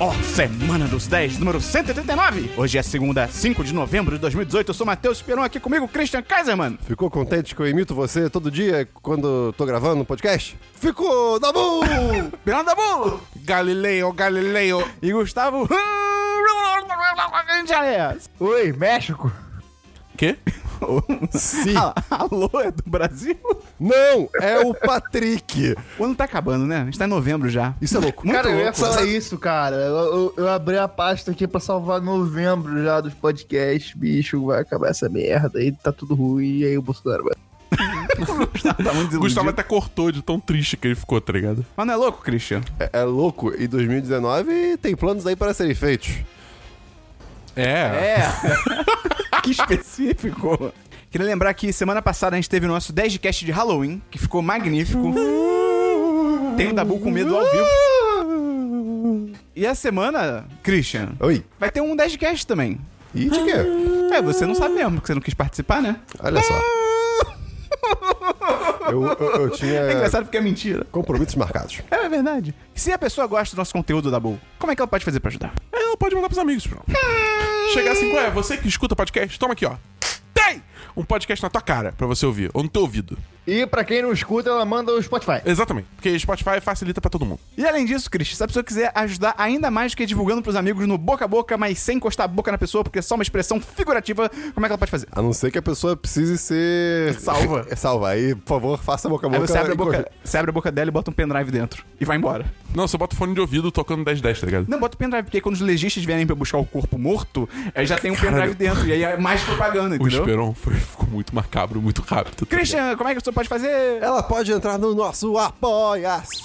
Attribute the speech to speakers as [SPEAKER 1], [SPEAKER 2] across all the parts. [SPEAKER 1] Ó, Semana dos 10, número 189. Hoje é segunda, 5 de novembro de 2018. Eu sou Matheus Esperon, aqui comigo, Christian Kaiserman.
[SPEAKER 2] Ficou contente que eu imito você todo dia quando tô gravando um podcast? Ficou, Dabu!
[SPEAKER 1] Pirando da Bulo. Galileu, Galileu. E Gustavo... Angeles.
[SPEAKER 3] Oi, México?
[SPEAKER 1] Quê?
[SPEAKER 2] Sim.
[SPEAKER 1] Alô, é do Brasil?
[SPEAKER 2] Ah, Não, é o Patrick.
[SPEAKER 1] O ano tá acabando, né? A gente tá em novembro já.
[SPEAKER 2] Isso é louco.
[SPEAKER 3] cara, eu ia
[SPEAKER 2] louco.
[SPEAKER 3] falar isso, cara. Eu, eu- eu abri a pasta aqui pra salvar novembro já dos podcasts, bicho. Vai acabar essa merda aí, tá tudo ruim. E aí o Bolsonaro vai.
[SPEAKER 1] Tá muito
[SPEAKER 4] O Gustavo até cortou de tão triste que ele ficou, tá ligado?
[SPEAKER 1] Mas não é louco, Christian?
[SPEAKER 2] É, é louco. E 2019 tem planos aí para serem feitos.
[SPEAKER 4] É.
[SPEAKER 1] que específico. Queria lembrar que semana passada a gente teve o nosso 10 de cast de Halloween, que ficou magnífico. Tem o Dabu com medo ao vivo. E a semana, Christian,
[SPEAKER 2] Oi.
[SPEAKER 1] vai ter um 10 de cast também.
[SPEAKER 2] E de quê?
[SPEAKER 1] É, você não sabe mesmo, porque você não quis participar, né?
[SPEAKER 2] Olha só. Eu, eu, eu tinha
[SPEAKER 1] É engraçado porque é mentira.
[SPEAKER 2] compromissos marcados.
[SPEAKER 1] É, é verdade. Se a pessoa gosta do nosso conteúdo, Dabu, como é que ela pode fazer pra ajudar?
[SPEAKER 4] É, não pode mandar pros amigos, bro. Chegar assim, ué, você que escuta podcast, toma aqui, ó. Tem! Um podcast na tua cara, pra você ouvir, ou no teu ouvido.
[SPEAKER 3] E pra quem não escuta, ela manda o Spotify.
[SPEAKER 4] Exatamente. Porque Spotify facilita pra todo mundo.
[SPEAKER 1] E além disso, Cris, se a pessoa quiser ajudar ainda mais do que divulgando pros amigos no boca a boca, mas sem encostar a boca na pessoa, porque é só uma expressão figurativa, como é que ela pode fazer?
[SPEAKER 2] A não ser que a pessoa precise ser...
[SPEAKER 1] Salva.
[SPEAKER 2] É, Salva. Aí, por favor, faça boca a
[SPEAKER 1] Aí
[SPEAKER 2] boca.
[SPEAKER 1] você abre, a
[SPEAKER 2] e
[SPEAKER 1] boca,
[SPEAKER 2] corre.
[SPEAKER 1] você abre a boca dela e bota um pendrive dentro. E vai embora.
[SPEAKER 4] Não, você bota o fone de ouvido tocando 10-10, tá ligado?
[SPEAKER 1] Não, bota o pendrive, porque quando os legistas vierem pra buscar o corpo morto, aí já tem um pendrive
[SPEAKER 4] Caralho.
[SPEAKER 1] dentro. E aí é mais propaganda,
[SPEAKER 4] O
[SPEAKER 1] entendeu?
[SPEAKER 4] Esperon foi, ficou muito macabro, muito rápido. tá ligado?
[SPEAKER 1] Christian, como é que a pessoa pode fazer?
[SPEAKER 2] Ela pode entrar no nosso Apoia-se.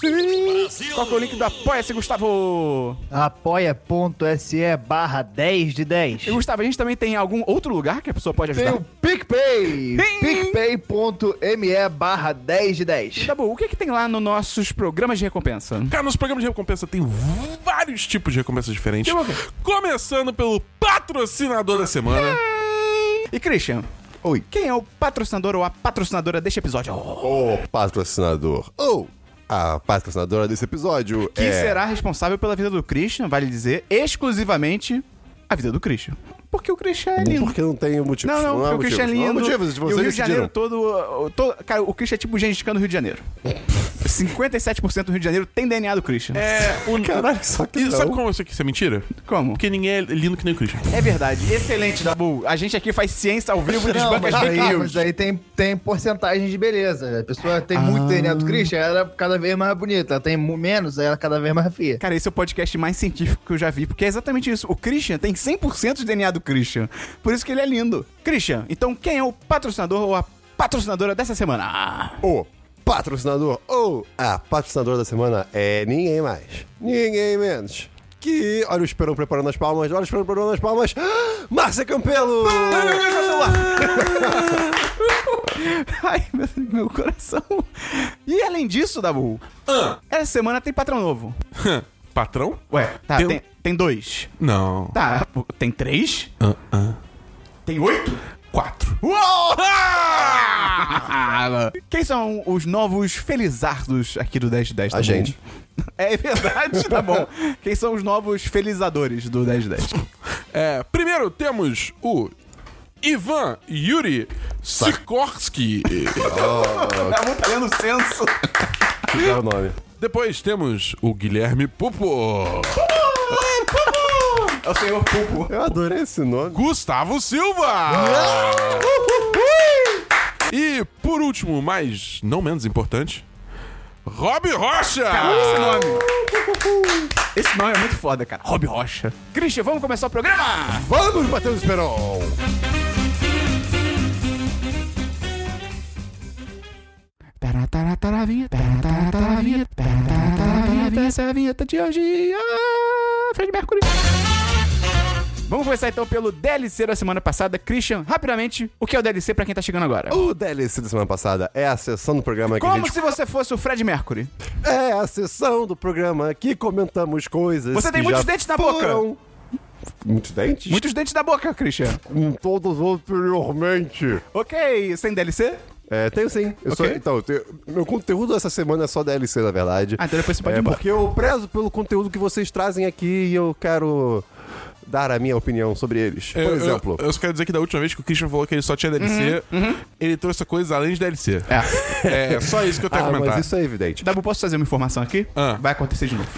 [SPEAKER 1] Qual que é o link do Apoia-se, Gustavo?
[SPEAKER 3] Apoia.se barra 10 de 10.
[SPEAKER 1] E, Gustavo, a gente também tem algum outro lugar que a pessoa pode
[SPEAKER 3] Tem
[SPEAKER 1] ajudar?
[SPEAKER 3] o PicPay. PicPay.me barra 10 de 10.
[SPEAKER 1] Dabu, o que, que tem lá nos nossos programas de recompensa?
[SPEAKER 4] Cara, nos programas de recompensa tem vários tipos de recompensas diferentes.
[SPEAKER 1] Tem o quê?
[SPEAKER 4] Começando pelo patrocinador da semana.
[SPEAKER 1] E, Christian,
[SPEAKER 2] Oi.
[SPEAKER 1] quem é o patrocinador ou a patrocinadora deste episódio?
[SPEAKER 2] O
[SPEAKER 1] Oh.
[SPEAKER 2] patrocinador ou a patrocinadora desse episódio
[SPEAKER 1] que
[SPEAKER 2] é...
[SPEAKER 1] será responsável pela vida do Christian, vale dizer, exclusivamente a vida do Christian. Porque o Christian é lindo.
[SPEAKER 2] Porque não tem um motivo.
[SPEAKER 1] Não, não,
[SPEAKER 2] há
[SPEAKER 1] porque o Christian é
[SPEAKER 2] motivos.
[SPEAKER 1] lindo.
[SPEAKER 2] Não há motivos de
[SPEAKER 1] e o
[SPEAKER 2] vocês
[SPEAKER 1] Rio de Janeiro
[SPEAKER 2] decidiram.
[SPEAKER 1] todo, todo- Cara, o Christian é tipo gente do Rio de Janeiro. 57% do Rio de Janeiro tem DNA do Christian.
[SPEAKER 4] É, o...
[SPEAKER 2] Caralho, só que
[SPEAKER 4] E
[SPEAKER 2] não.
[SPEAKER 4] sabe como isso aqui isso é mentira?
[SPEAKER 1] Como?
[SPEAKER 4] Porque ninguém é lindo que nem o Christian.
[SPEAKER 1] É verdade. Excelente, Dabu. A gente aqui faz ciência ao vivo,
[SPEAKER 3] Não,
[SPEAKER 1] desbanca
[SPEAKER 3] mas
[SPEAKER 1] as fake
[SPEAKER 3] aí,
[SPEAKER 1] news.
[SPEAKER 3] mas aí tem, tem porcentagem de beleza. A pessoa tem muito DNA do Christian, ela é cada vez mais bonita. Ela tem mu- menos, ela é cada vez mais feia.
[SPEAKER 1] Cara, esse é o podcast mais científico que eu já vi, porque é exatamente isso. O Christian tem 100% de DNA do Christian. Por isso que ele é lindo. Christian, então quem é o patrocinador ou a patrocinadora dessa semana?
[SPEAKER 2] O patrocinador ou a patrocinadora da semana é ninguém mais, ninguém menos. Que, olha o Esperão preparando as palmas, olha o Esperão preparando as palmas. Márcia Campelo!
[SPEAKER 1] Ai, meu, meu coração. E além disso, Dabu,
[SPEAKER 4] Ah.
[SPEAKER 1] essa semana tem patrão novo.
[SPEAKER 4] Patrão?
[SPEAKER 1] Ué, tá, tem,
[SPEAKER 4] Tem-
[SPEAKER 1] tem, dois.
[SPEAKER 4] Não.
[SPEAKER 1] Tá, pô, tem três?
[SPEAKER 4] Ah, ah.
[SPEAKER 1] Tem oito?
[SPEAKER 4] Quatro.
[SPEAKER 1] Uou! Ah! Quem são os novos felizardos aqui do 10 de 10? Tá
[SPEAKER 2] A
[SPEAKER 1] bom?
[SPEAKER 2] gente.
[SPEAKER 1] É verdade, tá bom. Quem são os novos felizadores do 10 de 10?
[SPEAKER 4] É, primeiro temos o Ivan Yuri Sikorsky.
[SPEAKER 1] Tá muito lendo senso.
[SPEAKER 2] Que é o nome.
[SPEAKER 4] Depois temos o Guilherme Pupo.
[SPEAKER 1] É o senhor Pupo.
[SPEAKER 2] Eu adorei esse nome.
[SPEAKER 4] Gustavo Silva. E por último, mas não menos importante, Rob Rocha.
[SPEAKER 1] Esse nome. Esse nome é muito foda, cara. Rob Rocha. Christian, vamos começar o programa?
[SPEAKER 2] Vamos, Matheus Esperão!
[SPEAKER 1] Tará, tará, tará, vinheta, tará, tará, tará, vinheta, tará, tará, tará, vinheta, Essa é a vinheta de hoje. Ah, Fred Mercury. Vamos começar então pelo DLC da semana passada. Christian, rapidamente, o que é o DLC pra quem tá chegando agora?
[SPEAKER 2] O DLC da semana passada é a sessão do programa que a
[SPEAKER 1] Como
[SPEAKER 2] gente...
[SPEAKER 1] se você fosse o Fred Mercury.
[SPEAKER 2] É a sessão do programa que comentamos coisas
[SPEAKER 1] Você tem
[SPEAKER 2] que
[SPEAKER 1] muitos
[SPEAKER 2] já
[SPEAKER 1] dentes na
[SPEAKER 2] foram... boca! Muitos dentes?
[SPEAKER 1] Muitos dentes da boca, Christian.
[SPEAKER 2] Como todos anteriormente.
[SPEAKER 1] Ok, sem DLC?
[SPEAKER 2] É, tenho sim. Eu sou-
[SPEAKER 4] Ok.
[SPEAKER 2] então, eu tenho- meu conteúdo essa semana é só DLC, na verdade.
[SPEAKER 1] Ah, então depois você pode
[SPEAKER 2] é,
[SPEAKER 1] ir embora.
[SPEAKER 2] Porque eu prezo pelo conteúdo que vocês trazem aqui e eu quero dar a minha opinião sobre eles. Por
[SPEAKER 4] Eu- eu-
[SPEAKER 2] exemplo, Uhum,
[SPEAKER 4] Eu, só quero dizer que da última vez que o Christian falou que ele só tinha DLC, ele trouxe coisa além de DLC.
[SPEAKER 1] É.
[SPEAKER 4] É, só isso que eu tenho
[SPEAKER 2] ah,
[SPEAKER 4] a comentar.
[SPEAKER 2] mas isso é evidente.
[SPEAKER 1] Dabu, posso trazer uma informação aqui?
[SPEAKER 4] Ah.
[SPEAKER 1] Vai acontecer de novo.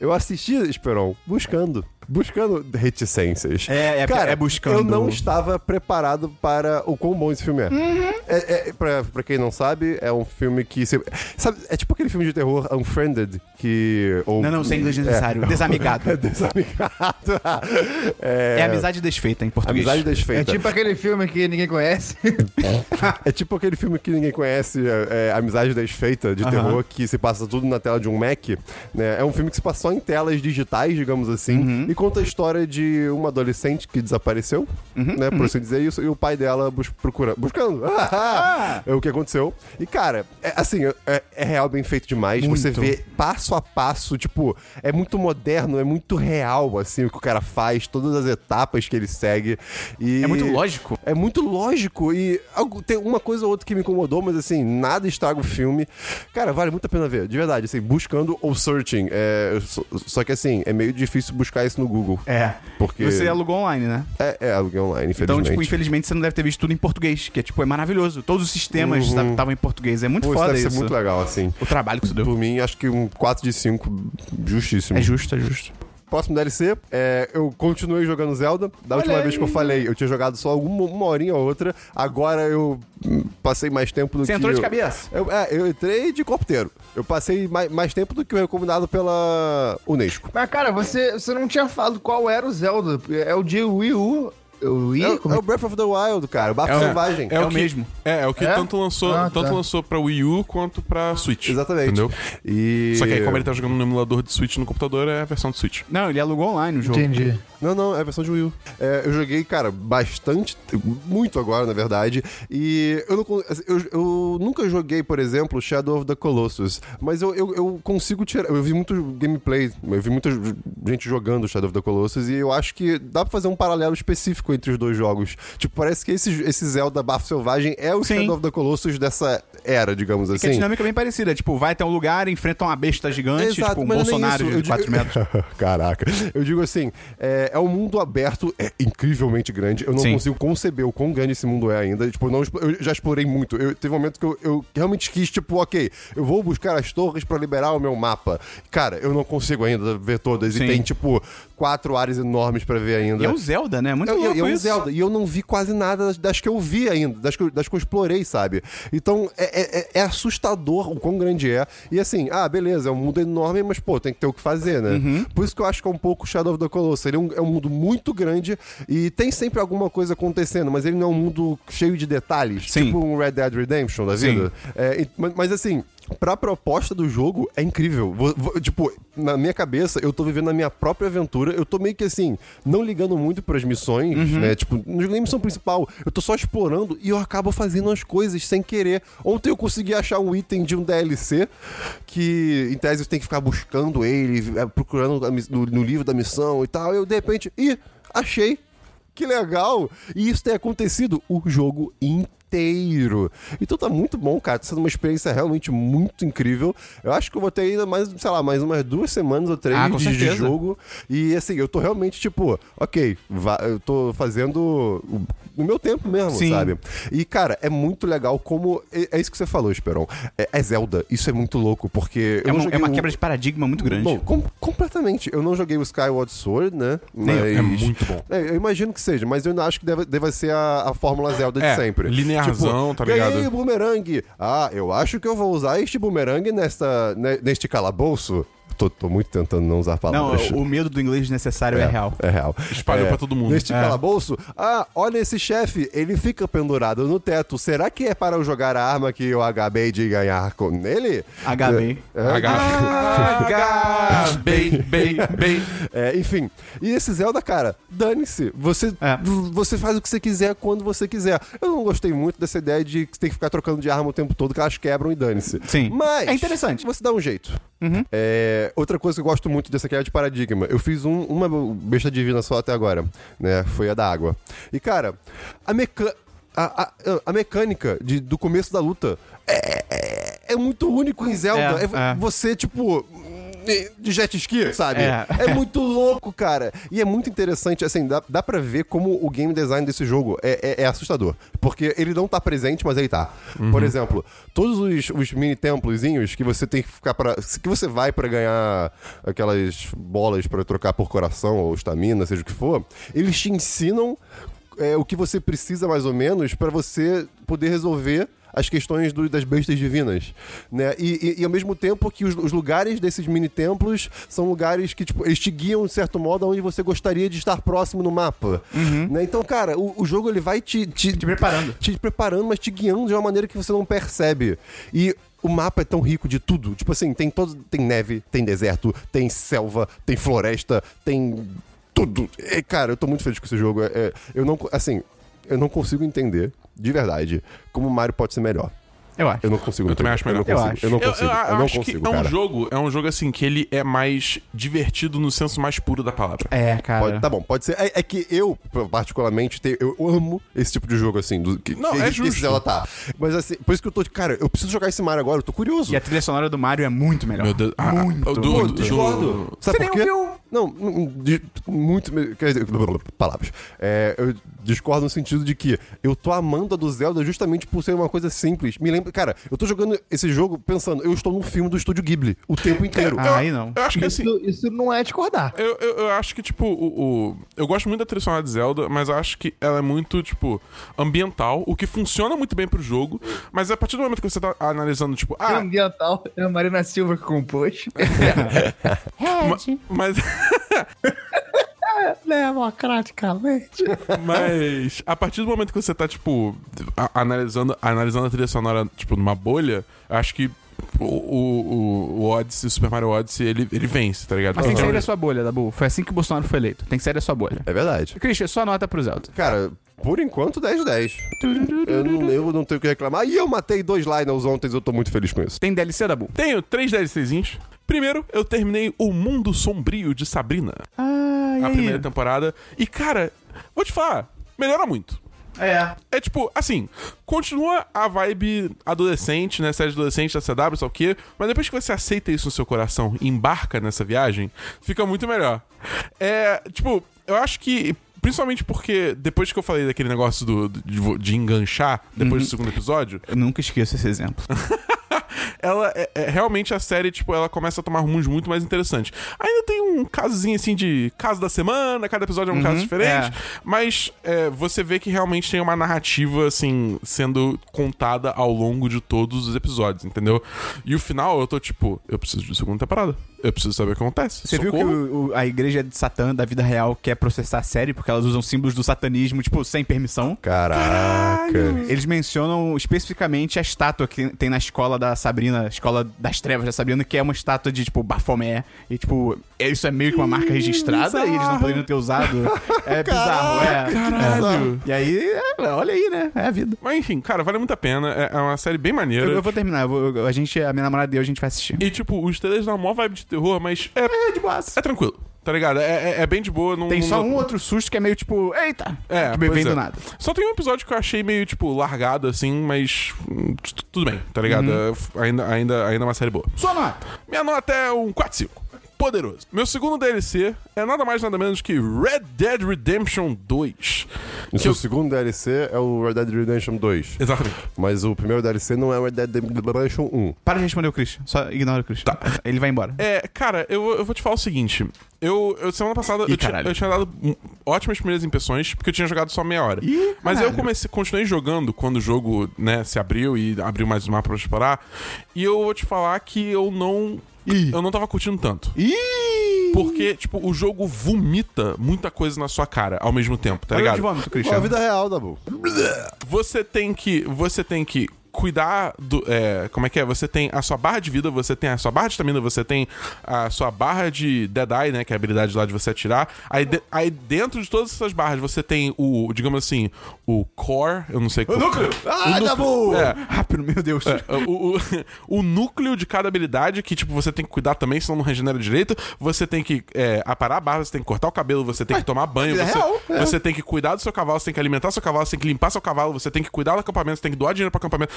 [SPEAKER 2] Eu assisti, Esperon, buscando. Buscando reticências.
[SPEAKER 1] É, é, é buscando.
[SPEAKER 2] Eu não estava preparado para o quão bom esse filme é.
[SPEAKER 1] Uhum.
[SPEAKER 2] é, é pra, pra quem não sabe, é um filme que. se- sabe, é tipo aquele filme de terror Unfriended, que. Ou,
[SPEAKER 1] Não, não, sem inglês necessário. Desamigado.
[SPEAKER 2] É desamigado.
[SPEAKER 1] É amizade desfeita em português.
[SPEAKER 2] Amizade
[SPEAKER 3] É
[SPEAKER 2] desfeita. É tipo,
[SPEAKER 3] tipo aquele filme que ninguém conhece.
[SPEAKER 2] É aquele filme que ninguém conhece, é, é Amizade Desfeita, de
[SPEAKER 1] Aham.
[SPEAKER 2] terror, que se passa tudo na tela de um Mac. né? É um filme que se passa só em telas digitais, digamos assim,
[SPEAKER 1] Uhum.
[SPEAKER 2] e conta a história de uma adolescente que desapareceu,
[SPEAKER 1] Uhum,
[SPEAKER 2] né, por assim dizer, e o, e o pai dela bus procura, buscando
[SPEAKER 1] Ah!
[SPEAKER 2] é o que aconteceu. E, cara, é, assim, é, é real bem feito demais.
[SPEAKER 1] Muito.
[SPEAKER 2] Você vê passo a passo, tipo, é muito moderno, é muito real, assim, o que o cara faz, todas as etapas que ele segue. E
[SPEAKER 1] É muito lógico.
[SPEAKER 2] é muito lógico e algo- tem uma coisa ou outra que me incomodou, mas assim, nada estraga o filme. Cara, vale muito a pena ver, de verdade, assim, buscando ou searching. é, eu só, só que assim, é meio difícil buscar isso no Google.
[SPEAKER 1] É.
[SPEAKER 2] Porque-
[SPEAKER 1] Você alugou online, né?
[SPEAKER 2] É, é aluguel online,
[SPEAKER 1] Então,
[SPEAKER 2] infelizmente.
[SPEAKER 1] tipo, infelizmente você não deve ter visto tudo em português, que é tipo, é maravilhoso. Todos os sistemas sabe, estavam em português. É muito
[SPEAKER 2] Uhum. Pô, isso
[SPEAKER 1] foda
[SPEAKER 2] deve
[SPEAKER 1] isso.
[SPEAKER 2] ser muito legal, assim.
[SPEAKER 1] O trabalho que isso deu.
[SPEAKER 2] Por mim, acho que um 4 de 5, justíssimo.
[SPEAKER 1] É justo, é justo.
[SPEAKER 2] Próximo DLC, é, eu continuei jogando Zelda. Da última
[SPEAKER 1] aí.
[SPEAKER 2] vez que eu falei, eu tinha jogado só alguma, uma horinha ou outra. Agora eu hum, passei mais tempo do
[SPEAKER 1] Você
[SPEAKER 2] que.
[SPEAKER 1] entrou de
[SPEAKER 2] eu-
[SPEAKER 1] cabeça?
[SPEAKER 2] Eu, é, eu entrei de corteiro. Eu passei mais, mais tempo do que o recomendado pela Unesco.
[SPEAKER 3] Mas, cara, você, você não tinha falado qual era o Zelda. É o de Wii U. O Wii?
[SPEAKER 2] É, o-
[SPEAKER 3] Como
[SPEAKER 2] é
[SPEAKER 3] é
[SPEAKER 2] o Breath of the Wild, cara. O Bafo
[SPEAKER 4] o-
[SPEAKER 2] Selvagem.
[SPEAKER 1] É
[SPEAKER 4] o
[SPEAKER 1] o
[SPEAKER 4] que-
[SPEAKER 1] mesmo.
[SPEAKER 4] É, é o que
[SPEAKER 3] É?
[SPEAKER 4] tanto lançou,
[SPEAKER 3] Ah,
[SPEAKER 4] tanto
[SPEAKER 3] tá.
[SPEAKER 4] lançou pra Wii U quanto pra Switch.
[SPEAKER 2] Exatamente.
[SPEAKER 4] Entendeu?
[SPEAKER 2] E...
[SPEAKER 4] Só que aí, como ele tá jogando no emulador de Switch no computador, é a versão do Switch.
[SPEAKER 1] Não, ele alugou online o jogo.
[SPEAKER 3] Entendi.
[SPEAKER 2] Não, não, é a versão de Wii U. É, eu joguei, cara, bastante, muito agora, na verdade. E eu, não, con- assim, eu, eu nunca joguei, por exemplo, Shadow of the Colossus. Mas eu, eu, eu consigo tirar. Eu vi muito gameplay, eu vi muita j- gente jogando Shadow of the Colossus. E eu acho que dá pra fazer um paralelo específico entre os dois jogos. Tipo, parece que esse, esse Zelda Bafo Selvagem é o
[SPEAKER 1] Sim.
[SPEAKER 2] Shadow of the Colossus dessa era, digamos
[SPEAKER 1] Que a
[SPEAKER 2] assim.
[SPEAKER 1] dinâmica é bem parecida. Tipo, vai até um lugar, enfrenta uma besta gigante, tipo um
[SPEAKER 2] mas não é
[SPEAKER 1] Bolsonaro
[SPEAKER 2] isso. Eu
[SPEAKER 1] de
[SPEAKER 2] di-
[SPEAKER 1] 4 metros.
[SPEAKER 2] Caraca. Eu digo assim, é, é um mundo aberto, é incrivelmente grande. Eu não
[SPEAKER 1] Sim.
[SPEAKER 2] consigo conceber o quão grande esse mundo é ainda. Tipo, eu, não, explo- eu já explorei muito. Eu, teve um momento que eu, eu realmente quis, tipo, ok, eu vou buscar as torres pra liberar o meu mapa. Cara, eu não consigo ainda ver todas.
[SPEAKER 1] Sim.
[SPEAKER 2] E tem, tipo, quatro áreas enormes pra ver ainda.
[SPEAKER 1] E é um Zelda, né? Muito
[SPEAKER 2] Eu, eu,
[SPEAKER 1] louco
[SPEAKER 2] eu um
[SPEAKER 1] isso.
[SPEAKER 2] Zelda, e eu não vi quase nada das, das que eu vi ainda, das que eu, das que eu explorei, sabe? Então é, é- é assustador o quão grande é. E assim, ah, beleza, é um mundo enorme, mas pô, tem que ter o que fazer, né?
[SPEAKER 1] Uhum.
[SPEAKER 2] Por isso que eu acho que é um pouco Shadow of the Colossus. Ele é um, é um mundo muito grande e tem sempre alguma coisa acontecendo, mas ele não é um mundo cheio de detalhes,
[SPEAKER 1] Sim.
[SPEAKER 2] tipo um Red Dead Redemption da
[SPEAKER 1] Sim.
[SPEAKER 2] vida. É, e- mas, mas assim. Pra proposta do jogo, é incrível. Vo- vo- tipo, na minha cabeça, eu tô vivendo a minha própria aventura. Eu tô meio que assim, não ligando muito pras missões, né? Tipo, não jogo nem missão principal. Eu tô só explorando e eu acabo fazendo as coisas sem querer. Ontem eu consegui achar um item de um DLC que, em tese, você tem que ficar buscando ele, é, procurando a miss- no, no livro da missão e tal. Eu, de repente, ih, achei. Que legal! E isso tem acontecido o jogo inteiro. Então tá muito bom, cara. Tá sendo uma experiência realmente muito incrível. Eu acho que eu vou ter ainda mais, sei lá, mais umas duas semanas ou três
[SPEAKER 1] Ah, com
[SPEAKER 2] de
[SPEAKER 1] certeza.
[SPEAKER 2] jogo. E assim, eu tô realmente tipo, ok, va- eu tô fazendo o- no meu tempo mesmo,
[SPEAKER 1] Sim.
[SPEAKER 2] sabe? E cara, é muito legal como. É é isso que você falou, Esperon. É, é Zelda. Isso é muito louco, porque. eu
[SPEAKER 1] É
[SPEAKER 2] não
[SPEAKER 1] uma, é
[SPEAKER 2] joguei
[SPEAKER 1] uma
[SPEAKER 2] o-
[SPEAKER 1] quebra de paradigma muito grande.
[SPEAKER 2] Bom, com- completamente. Eu não joguei o Skyward Sword, né?
[SPEAKER 1] eu.
[SPEAKER 4] É muito bom.
[SPEAKER 2] É, eu imagino que seja, mas eu ainda acho que deva, deva ser a, a fórmula Zelda
[SPEAKER 4] É,
[SPEAKER 2] de sempre. Tipo,
[SPEAKER 4] linearzão, tá ligado?
[SPEAKER 2] Ganhei o bumerangue. Ah, eu acho que eu vou usar este bumerangue nesta, ne- neste calabouço. Tô, tô muito tentando não usar
[SPEAKER 1] não,
[SPEAKER 2] palavras.
[SPEAKER 1] o medo do inglês desnecessário é, real.
[SPEAKER 2] É real.
[SPEAKER 4] Espalhou
[SPEAKER 2] é,
[SPEAKER 4] pra todo mundo.
[SPEAKER 2] Neste
[SPEAKER 4] É.
[SPEAKER 2] calabouço, ah, olha esse chefe, ele fica pendurado no teto. Será que é para eu jogar a arma que eu acabei de ganhar com É, ele?
[SPEAKER 1] HB.
[SPEAKER 2] Ah,
[SPEAKER 3] Ah,
[SPEAKER 4] H. Bem, bem, bem.
[SPEAKER 2] É, enfim. E esse Zelda, cara, dane-se. Você,
[SPEAKER 1] É.
[SPEAKER 2] v- você faz o que você quiser quando você quiser. Eu não gostei muito dessa ideia de que você tem que ficar trocando de arma o tempo todo, que elas quebram e dane-se.
[SPEAKER 1] Sim.
[SPEAKER 2] Mas.
[SPEAKER 1] É interessante. Uhum.
[SPEAKER 2] Você dá um jeito. É, outra coisa que eu gosto muito dessa queda de paradigma. Eu fiz um- uma besta divina só até agora, né? Foi a da água. E, cara, a mecânica. a, a, a mecânica de- do começo da luta é, é- é muito único em Zelda.
[SPEAKER 1] É,
[SPEAKER 2] É-
[SPEAKER 1] é.
[SPEAKER 2] Você, tipo. De jet ski, sabe?
[SPEAKER 1] É.
[SPEAKER 2] É. muito louco, cara. E é muito interessante, assim, dá, dá pra ver como o game design desse jogo é, é- é assustador. Porque ele não tá presente, mas ele tá. Por exemplo, todos os, os mini templozinhos que você tem que ficar pra. que você vai pra ganhar aquelas bolas pra trocar por coração ou estamina, seja o que for, eles te ensinam é, o que você precisa, mais ou menos, pra você poder resolver as questões do- das bestas divinas, né? E, e- e ao mesmo tempo que os, os lugares desses mini templos são lugares que tipo, eles te guiam de certo modo aonde você gostaria de estar próximo no mapa, né? Então, cara, o, o jogo ele vai te te, te
[SPEAKER 1] preparando.
[SPEAKER 2] te preparando, mas te guiando de uma maneira que você não percebe. E o mapa é tão rico de tudo. Tipo assim, tem todo, tem neve, tem deserto, tem selva, tem floresta, tem tudo. E, cara, eu tô muito feliz com esse jogo. É- é- eu não, co- assim, eu não consigo entender, de verdade, como o Mario pode ser melhor.
[SPEAKER 1] Eu acho.
[SPEAKER 2] Eu não consigo
[SPEAKER 4] Eu também
[SPEAKER 2] entender.
[SPEAKER 4] acho melhor.
[SPEAKER 2] Eu não
[SPEAKER 1] Eu
[SPEAKER 2] consigo. Eu não consigo.
[SPEAKER 4] Eu, eu
[SPEAKER 2] Eu não
[SPEAKER 4] acho
[SPEAKER 2] consigo,
[SPEAKER 4] que é um
[SPEAKER 2] cara.
[SPEAKER 4] jogo, é um jogo assim que ele é mais divertido no senso mais puro da palavra.
[SPEAKER 1] É, cara.
[SPEAKER 2] Pode- tá bom, pode ser. É, é que eu, particularmente, te- eu amo esse tipo de jogo, assim. Do, que,
[SPEAKER 4] Não,
[SPEAKER 2] que,
[SPEAKER 4] é
[SPEAKER 2] que
[SPEAKER 4] justo.
[SPEAKER 2] Ela tá. Mas assim, por isso que eu tô. Cara, eu preciso jogar esse Mario agora, eu tô curioso.
[SPEAKER 1] E a trilha sonora do Mario é muito melhor.
[SPEAKER 4] Meu Deus, ah,
[SPEAKER 1] Muito.
[SPEAKER 4] ah, do-
[SPEAKER 2] Pô,
[SPEAKER 4] do-
[SPEAKER 2] discordo. Sabe
[SPEAKER 1] Você
[SPEAKER 2] por
[SPEAKER 1] nem
[SPEAKER 2] quê?
[SPEAKER 1] ouviu?
[SPEAKER 2] Não, não, de- muito. me- Quer dizer, blá, blá, blá, palavras. É, eu discordo no sentido de que eu tô amando a do Zelda justamente por ser uma coisa simples. Me lembra. Cara, eu tô jogando esse jogo pensando, eu estou num filme do estúdio Ghibli o tempo inteiro.
[SPEAKER 1] Ah, aí não.
[SPEAKER 4] Eu acho que assim.
[SPEAKER 3] Isso, isso não é discordar.
[SPEAKER 4] Eu, eu, eu acho que, tipo, o, o- Eu gosto muito da trilha sonora de Zelda, mas eu acho que ela é muito, tipo, ambiental, o que funciona muito bem pro jogo, mas a partir do momento que você tá analisando, tipo, ah,
[SPEAKER 3] Ambiental, é a Marina Silva que compôs.
[SPEAKER 4] mas.
[SPEAKER 3] Democraticamente.
[SPEAKER 4] Mas a partir do momento que você tá, tipo, a- analisando, analisando a trilha sonora, tipo, numa bolha, eu acho que o, o, o- o Odyssey, o Super Mario Odyssey, ele, ele vence, tá ligado?
[SPEAKER 1] Mas tem que sair
[SPEAKER 4] Então,
[SPEAKER 1] da sua bolha, Dabu. Foi assim que o Bolsonaro foi eleito. Tem que sair da sua bolha.
[SPEAKER 2] É verdade.
[SPEAKER 1] Christian, sua nota pro Zelda.
[SPEAKER 2] Cara, por enquanto, 10 de 10. Eu não, eu não tenho o que reclamar. E eu matei dois Lionels ontem, eu tô muito feliz com isso.
[SPEAKER 1] Tem DLC, Dabu?
[SPEAKER 4] Tenho três DLCzinhos. Primeiro, eu terminei O Mundo Sombrio de Sabrina,
[SPEAKER 1] Ah, e
[SPEAKER 4] a
[SPEAKER 1] aí?
[SPEAKER 4] primeira temporada. E, cara, vou te falar, melhora muito.
[SPEAKER 1] É.
[SPEAKER 4] É tipo, assim, continua a vibe adolescente, né? Série adolescente da CW, sei lá o quê. Mas depois que você aceita isso no seu coração e embarca nessa viagem, fica muito melhor. É, tipo, eu acho que. Principalmente porque depois que eu falei daquele negócio do, do- de, vo- de enganchar depois do segundo episódio,
[SPEAKER 1] Eu nunca esqueço esse exemplo.
[SPEAKER 4] ela é, é- realmente a série, tipo, ela começa a tomar rumos muito mais interessantes. Ainda tem um casozinho assim de caso da semana, cada episódio é um caso diferente,
[SPEAKER 1] é.
[SPEAKER 4] mas é, você vê que realmente tem uma narrativa, assim, sendo contada ao longo de todos os episódios, entendeu? E o final, eu tô tipo, eu preciso de segunda temporada. Eu preciso saber o que acontece.
[SPEAKER 1] Você viu que
[SPEAKER 4] Socorro.
[SPEAKER 1] o- o- a igreja de Satã da vida real quer processar a série porque elas usam símbolos do satanismo, tipo, sem permissão?
[SPEAKER 2] Caraca.
[SPEAKER 1] Eles mencionam especificamente a estátua que tem na escola da Sabrina, escola das trevas da Sabrina, que é uma estátua de, tipo, Bafomé. E, tipo, é- isso é meio que uma marca registrada e eles não poderiam ter usado. É bizarro, é.
[SPEAKER 2] Caralho.
[SPEAKER 1] É. E aí, é, olha aí, né? É a vida.
[SPEAKER 4] Mas enfim, cara, vale muito a pena. É, é uma série bem maneira.
[SPEAKER 1] Eu, eu vou terminar, eu vou- eu- a gente, a minha namorada e eu, a gente vai assistir.
[SPEAKER 4] E, tipo, os trailers dão uma vibe de terror, mas é,
[SPEAKER 1] É de boas.
[SPEAKER 4] é tranquilo, tá ligado? É, é- é bem de boa. Não,
[SPEAKER 1] Tem só
[SPEAKER 4] não-
[SPEAKER 1] um outro susto que é meio tipo, eita!
[SPEAKER 4] É,
[SPEAKER 1] que
[SPEAKER 4] pois
[SPEAKER 1] vem
[SPEAKER 4] é.
[SPEAKER 1] do nada.
[SPEAKER 4] Só tem um episódio que eu achei meio, tipo, largado, assim, mas hum, t- tudo bem, tá ligado? É, f- Ainda, ainda, ainda é uma série boa.
[SPEAKER 1] Sua nota!
[SPEAKER 4] Minha nota é um 4-5. Poderoso. Meu segundo DLC é nada mais nada menos que Red Dead Redemption 2.
[SPEAKER 2] O
[SPEAKER 4] Que
[SPEAKER 2] seu
[SPEAKER 4] eu...
[SPEAKER 2] segundo DLC é o Red Dead Redemption 2.
[SPEAKER 4] Exatamente.
[SPEAKER 2] Mas o primeiro DLC não é o Red Dead Redemption 1.
[SPEAKER 1] Para de responder o Christian. Só ignora o Christian. Tá. Ele vai embora.
[SPEAKER 4] É, cara, eu, vou- eu vou te falar o seguinte. Eu, eu- semana passada
[SPEAKER 1] Ih,
[SPEAKER 4] eu, tinha,
[SPEAKER 1] caralho.
[SPEAKER 4] eu tinha dado hum, ótimas primeiras impressões, porque eu tinha jogado só meia hora.
[SPEAKER 1] Ih,
[SPEAKER 4] Mas eu
[SPEAKER 1] caralho.
[SPEAKER 4] comecei, continuei jogando quando o jogo, né, se abriu e abriu mais o mapa pra explorar. E eu vou te falar que eu não.
[SPEAKER 1] Ih.
[SPEAKER 4] Eu não tava curtindo tanto.
[SPEAKER 1] Ih!
[SPEAKER 4] Porque, tipo, o jogo vomita muita coisa na sua cara ao mesmo tempo, tá
[SPEAKER 2] É
[SPEAKER 1] Barulho de
[SPEAKER 4] ligado?
[SPEAKER 1] vômito,
[SPEAKER 2] Pô, a
[SPEAKER 1] Christian.
[SPEAKER 2] vida real, Dabu.
[SPEAKER 4] Você tem que. Você tem que cuidar do. é, como é que é? Você tem a sua barra de vida, você tem a sua barra de estamina, você tem a sua barra de Dead Eye, né? Que é a habilidade lá de você atirar. Aí, de- aí dentro de todas essas barras você tem o, digamos assim, o core, eu não sei qual.
[SPEAKER 2] Ah, Dabu!
[SPEAKER 4] É,
[SPEAKER 1] Rápido, meu Deus.
[SPEAKER 4] é, o, o- o núcleo de cada habilidade, que, tipo, você tem que cuidar também, senão não regenera direito. Você tem que é, aparar a barra, você tem que cortar o cabelo, você tem que tomar banho,
[SPEAKER 2] é
[SPEAKER 4] você,
[SPEAKER 2] real, é.
[SPEAKER 4] você tem que cuidar do seu cavalo, você tem que alimentar seu cavalo, você tem que limpar seu cavalo, você tem que cuidar do acampamento, você tem que doar dinheiro pro acampamento.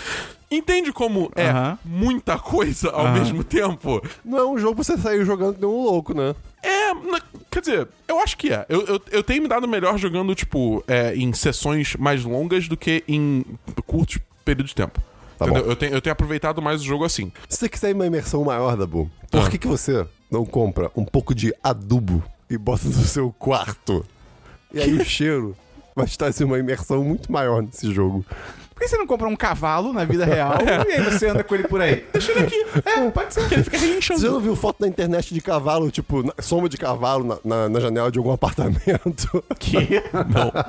[SPEAKER 4] Entende como é
[SPEAKER 1] Aham.
[SPEAKER 4] muita coisa ao mesmo tempo?
[SPEAKER 2] Não é um jogo pra você sair jogando que nem um louco, né?
[SPEAKER 4] É, na- quer dizer, eu acho que é. Eu, eu, eu tenho me dado melhor jogando, tipo, é, em sessões mais longas do que em curtos períodos de tempo.
[SPEAKER 2] Tá
[SPEAKER 4] Entendeu?
[SPEAKER 2] bom.
[SPEAKER 4] Eu, tenho, eu tenho aproveitado mais o jogo assim.
[SPEAKER 2] Se você quiser uma imersão maior, Dabu, por que, que você não compra um pouco de adubo e bota no seu quarto? E aí o cheiro vai estar assim, uma imersão muito maior nesse jogo.
[SPEAKER 1] Por que você não compra um cavalo na vida real e aí você anda com ele por aí? Deixa ele aqui. É, pode ser. Que ele fica
[SPEAKER 2] Você já
[SPEAKER 1] reinchando.
[SPEAKER 2] não viu foto na internet de cavalo, tipo, na- soma de cavalo na, na- na janela de algum apartamento?
[SPEAKER 1] Que?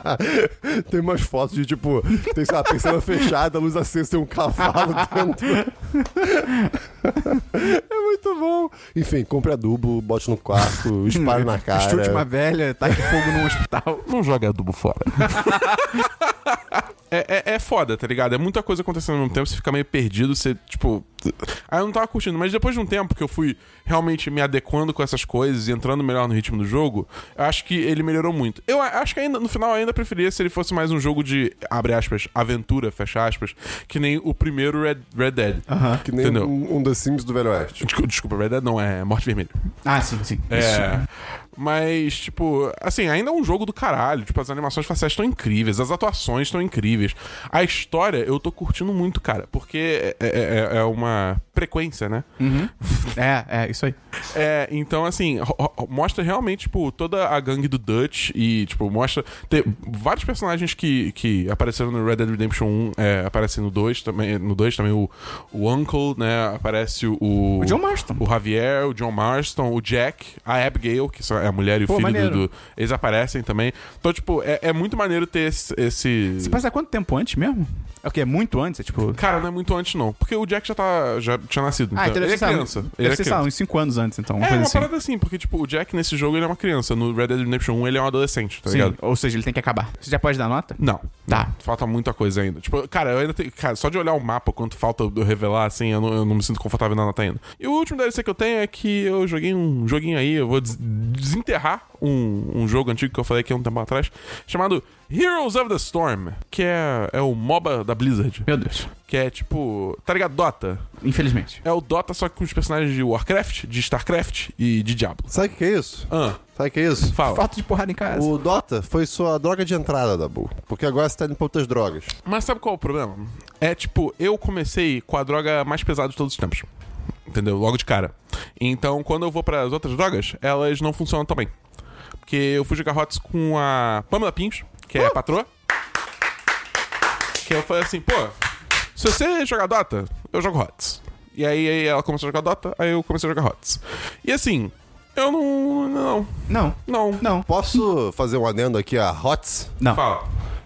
[SPEAKER 2] tem umas fotos de, tipo, tem, sei lá, pensando fechada, luz acesa, tem um cavalo dentro. é muito bom. Enfim, compre adubo, bote no quarto, espalhe na cara.
[SPEAKER 1] Hum. Chute uma velha, taca fogo num hospital.
[SPEAKER 4] Não joga adubo fora. é, é, é foda, tá ligado? É muita coisa acontecendo ao mesmo tempo, você fica meio perdido, você, tipo. Aí eu não tava curtindo, mas depois de um tempo que eu fui realmente me adequando com essas coisas e entrando melhor no ritmo do jogo, eu acho que ele melhorou muito. Eu a- acho que ainda, no final, eu ainda preferia se ele fosse mais um jogo de, abre aspas, aventura, fecha aspas, que nem o primeiro Red, Red Dead.
[SPEAKER 2] Que nem
[SPEAKER 4] Entendeu?
[SPEAKER 2] um, um The Sims do Velho Oeste.
[SPEAKER 4] Desculpa, desculpa, Red Dead não, é Morte Vermelha.
[SPEAKER 1] Ah, sim, sim.
[SPEAKER 4] É. Mas, tipo, assim, ainda é um jogo do caralho. Tipo, as animações faciais estão incríveis, as atuações estão incríveis. A história eu tô curtindo muito, cara, porque é, é- é- é uma frequência, né?
[SPEAKER 1] Isso. É, é, isso aí.
[SPEAKER 4] É, então, assim, ro- ro- mostra realmente, tipo, toda a gangue do Dutch e, tipo, mostra. Tem vários personagens que, que apareceram no Red Dead Redemption 1, é, aparecem no 2 também. No 2 também o, o Uncle, né? Aparece o.
[SPEAKER 1] O John um Marston.
[SPEAKER 4] O Javier, o John Marston, o Jack, a Abigail, que são- é a mulher e o
[SPEAKER 1] Pô,
[SPEAKER 4] filho
[SPEAKER 1] maneiro.
[SPEAKER 4] do, do- Eles aparecem também. Então, tipo, é, é muito maneiro ter esse. esse-
[SPEAKER 1] Você passa quanto tempo antes mesmo? É o quê? Muito antes? É tipo.
[SPEAKER 4] Cara, não é muito antes, não. Porque o Jack já, tá, já tinha nascido.
[SPEAKER 1] Ah,
[SPEAKER 4] então- ele é
[SPEAKER 1] ser, sei lá,
[SPEAKER 4] criança.
[SPEAKER 1] Deve
[SPEAKER 4] Ele é
[SPEAKER 1] ser, sei
[SPEAKER 4] criança.
[SPEAKER 1] lá, uns 5 anos antes, então. Uma
[SPEAKER 4] É,
[SPEAKER 1] coisa
[SPEAKER 4] uma
[SPEAKER 1] assim.
[SPEAKER 4] parada assim, porque, tipo, o Jack nesse jogo ele é uma criança, no Red Dead Redemption 1 ele é um adolescente, tá
[SPEAKER 1] Sim,
[SPEAKER 4] ligado?
[SPEAKER 1] ou seja, ele tem que acabar. Você já pode dar nota?
[SPEAKER 4] Não.
[SPEAKER 1] Tá.
[SPEAKER 4] Não, Falta muita coisa ainda. Tipo, cara, eu ainda tenho. Cara, só de olhar o mapa, quanto falta eu revelar, assim, eu não, eu não me sinto confortável na nota ainda. E o último DLC que eu tenho é que eu joguei um joguinho aí, eu vou des- desenterrar um, um jogo antigo que eu falei aqui há um tempo atrás, chamado Heroes of the Storm, que é, é o MOBA da Blizzard.
[SPEAKER 1] Meu Deus.
[SPEAKER 4] Que é tipo. Tá ligado? Dota.
[SPEAKER 1] Infelizmente.
[SPEAKER 4] É o Dota, só que com os personagens de Warcraft, de StarCraft e de Diablo.
[SPEAKER 2] Sabe o que que é isso?
[SPEAKER 4] Ah,
[SPEAKER 2] Sabe o que é isso?
[SPEAKER 4] fala.
[SPEAKER 1] Falta de porrada em casa.
[SPEAKER 2] O Dota foi sua droga de entrada, Dabu. Porque agora você tá indo pra outras drogas.
[SPEAKER 4] Mas sabe qual é o problema? É tipo, eu comecei com a droga mais pesada de todos os tempos. Entendeu? Logo de cara. Então, quando eu vou para as outras drogas, elas não funcionam tão bem. Porque eu fui jogar Hots com a Pamela Pins, que é a patroa. Que eu falei assim, pô, se você jogar Dota, eu jogo Hots. E aí, aí ela começou a jogar Dota, aí eu comecei a jogar Hots. E assim, eu não. Não.
[SPEAKER 1] Não,
[SPEAKER 4] Não.
[SPEAKER 1] não,
[SPEAKER 2] Posso fazer um anendo aqui a Hots?
[SPEAKER 1] não.
[SPEAKER 4] Fala.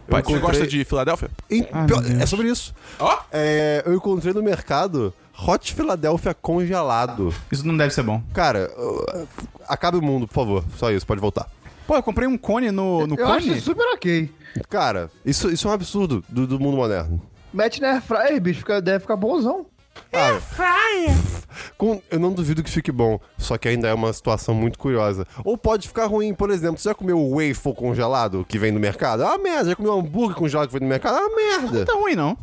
[SPEAKER 2] Pode.
[SPEAKER 4] Você gosta de Filadélfia?
[SPEAKER 2] E
[SPEAKER 1] Ai,
[SPEAKER 2] pior-
[SPEAKER 1] meu Deus.
[SPEAKER 2] é sobre isso.
[SPEAKER 4] Ó!
[SPEAKER 2] É, eu encontrei no mercado Hot Philadelphia congelado.
[SPEAKER 1] Isso não deve ser bom.
[SPEAKER 2] Cara, uh, acaba o mundo, por favor. Só isso, pode voltar.
[SPEAKER 1] Pô, eu comprei um cone no, no
[SPEAKER 3] Eu
[SPEAKER 1] cone.
[SPEAKER 3] acho isso super ok.
[SPEAKER 2] Cara, isso, isso é um absurdo do, do mundo moderno.
[SPEAKER 3] Mete na airfryer, bicho, fica- deve ficar bonzão.
[SPEAKER 2] Cara, com- eu não duvido que fique bom, só que ainda é uma situação muito curiosa. Ou pode ficar ruim, por exemplo, você já comeu waffle congelado que vem do mercado? Ah, merda. Já comeu hambúrguer congelado que vem do mercado? Ah,
[SPEAKER 1] Não
[SPEAKER 2] merda.
[SPEAKER 1] tá ruim, não.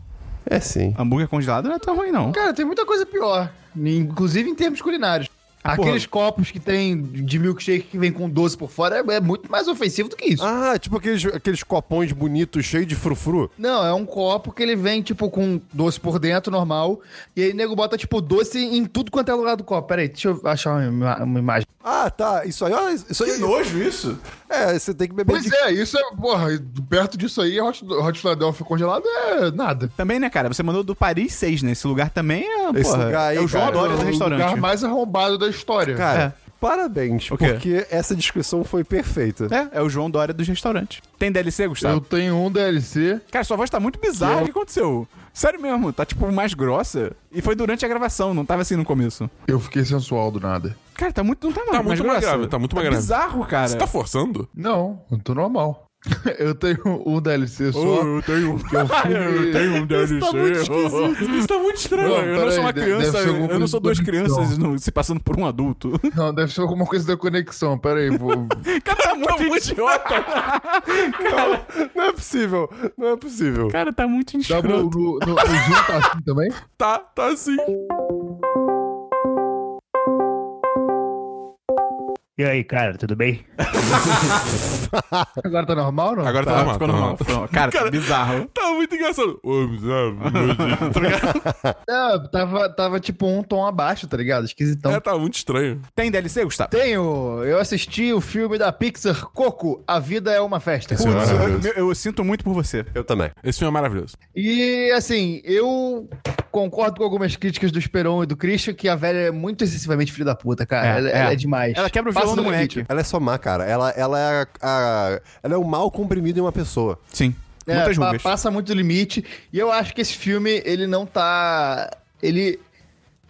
[SPEAKER 2] É sim.
[SPEAKER 1] Hambúrguer congelado não é tão ruim, não.
[SPEAKER 3] Cara, tem muita coisa pior, inclusive em termos culinários.
[SPEAKER 1] Ah, porra.
[SPEAKER 3] Aqueles copos que tem de milkshake que vem com doce por fora é, é muito mais ofensivo do que isso.
[SPEAKER 2] Ah, tipo aqueles, aqueles copões bonitos, cheios de frufru.
[SPEAKER 3] Não, é um copo que ele vem, tipo, com doce por dentro, normal. E aí o nego bota, tipo, doce em tudo quanto é lugar do copo. Pera aí, deixa eu achar uma, ima- uma imagem.
[SPEAKER 2] Ah, tá. Isso aí, ó. Isso aí.
[SPEAKER 4] nojo isso!
[SPEAKER 2] É, você tem que beber de
[SPEAKER 3] é, isso é, porra, perto disso aí, Hot, Hot Philadelphia congelado é nada.
[SPEAKER 1] Também, né, cara? Você mandou do Paris 6, né? Esse lugar também é,
[SPEAKER 2] Esse
[SPEAKER 1] porra,
[SPEAKER 2] lugar aí,
[SPEAKER 1] é o João
[SPEAKER 2] cara,
[SPEAKER 1] Dória
[SPEAKER 2] é
[SPEAKER 1] do
[SPEAKER 2] o
[SPEAKER 1] restaurante.
[SPEAKER 3] um mais arrombado da história.
[SPEAKER 2] Cara, parabéns,
[SPEAKER 1] O quê?
[SPEAKER 2] porque essa descrição foi perfeita.
[SPEAKER 1] É, é o João Dória dos restaurantes. Tem DLC, Gustavo?
[SPEAKER 3] tenho um DLC.
[SPEAKER 1] Cara, sua voz tá muito bizarra. O que aconteceu? Sério mesmo, tá tipo mais grossa. E foi durante a gravação, não tava assim no começo.
[SPEAKER 3] Eu fiquei sensual do nada.
[SPEAKER 1] Cara, tá muito. Não tá,
[SPEAKER 4] muito
[SPEAKER 1] mais
[SPEAKER 4] mais
[SPEAKER 1] grossa.
[SPEAKER 4] grave, tá muito mais grave.
[SPEAKER 1] bizarro, cara.
[SPEAKER 4] Você tá forçando?
[SPEAKER 3] Não, eu tô normal. eu tenho um DLC só.
[SPEAKER 4] tenho.
[SPEAKER 3] que é o filme-
[SPEAKER 4] tenho um DLC.
[SPEAKER 1] Isso tá muito esquisito. Isso tá muito estranho.
[SPEAKER 3] Não,
[SPEAKER 1] eu não sou
[SPEAKER 3] pera aí,
[SPEAKER 1] uma
[SPEAKER 3] de-
[SPEAKER 1] criança.
[SPEAKER 3] deve ser alguma
[SPEAKER 1] Eu não
[SPEAKER 3] coisa
[SPEAKER 1] sou duas
[SPEAKER 3] do
[SPEAKER 1] crianças no- se passando por um adulto.
[SPEAKER 3] Não, deve ser alguma coisa da conexão. Pera aí, vou...
[SPEAKER 1] Cara, tá muito, idiota.
[SPEAKER 2] Não é possível, não é possível.
[SPEAKER 1] Cara, tá muito
[SPEAKER 3] Dá
[SPEAKER 1] escroto.
[SPEAKER 3] no, no, no, no Zoom tá assim também?
[SPEAKER 4] Tá, tá assim.
[SPEAKER 5] E aí, cara, tudo bem?
[SPEAKER 3] Agora tá normal, não?
[SPEAKER 4] Agora tá,
[SPEAKER 1] Tá,
[SPEAKER 4] normal,
[SPEAKER 1] ficou
[SPEAKER 4] tá
[SPEAKER 1] normal.
[SPEAKER 4] normal.
[SPEAKER 1] ficou normal. Cara,
[SPEAKER 4] Cara,
[SPEAKER 1] bizarro.
[SPEAKER 4] Tá muito engraçado. Tá ligado?
[SPEAKER 3] Não, É, tava, tava tipo um tom abaixo, tá ligado? Esquisitão.
[SPEAKER 4] É, tá muito estranho.
[SPEAKER 1] Tem DLC, Gustavo?
[SPEAKER 3] Tenho! Eu assisti o filme da Pixar, Coco, A Vida é uma Festa.
[SPEAKER 2] Sim.
[SPEAKER 1] Putz, eu,
[SPEAKER 2] maravilhoso.
[SPEAKER 1] né? eu- eu sinto muito por você.
[SPEAKER 2] Eu também.
[SPEAKER 4] Esse filme é maravilhoso.
[SPEAKER 3] E, assim, eu concordo com algumas críticas do Esperon e do Christian, que a velha é muito excessivamente filha da puta, cara.
[SPEAKER 1] É,
[SPEAKER 3] ela,
[SPEAKER 1] é.
[SPEAKER 3] ela é demais.
[SPEAKER 1] Ela quebra o
[SPEAKER 3] Passa
[SPEAKER 1] violão do
[SPEAKER 3] limite.
[SPEAKER 1] moleque.
[SPEAKER 2] Ela é só má, cara. Ela, ela é a, a- Ela é o mal comprimido em uma pessoa.
[SPEAKER 1] Sim.
[SPEAKER 3] É,
[SPEAKER 1] Muitas
[SPEAKER 3] pa-
[SPEAKER 1] rugas.
[SPEAKER 3] passa muito do limite. E eu acho que esse filme, ele não tá. Ele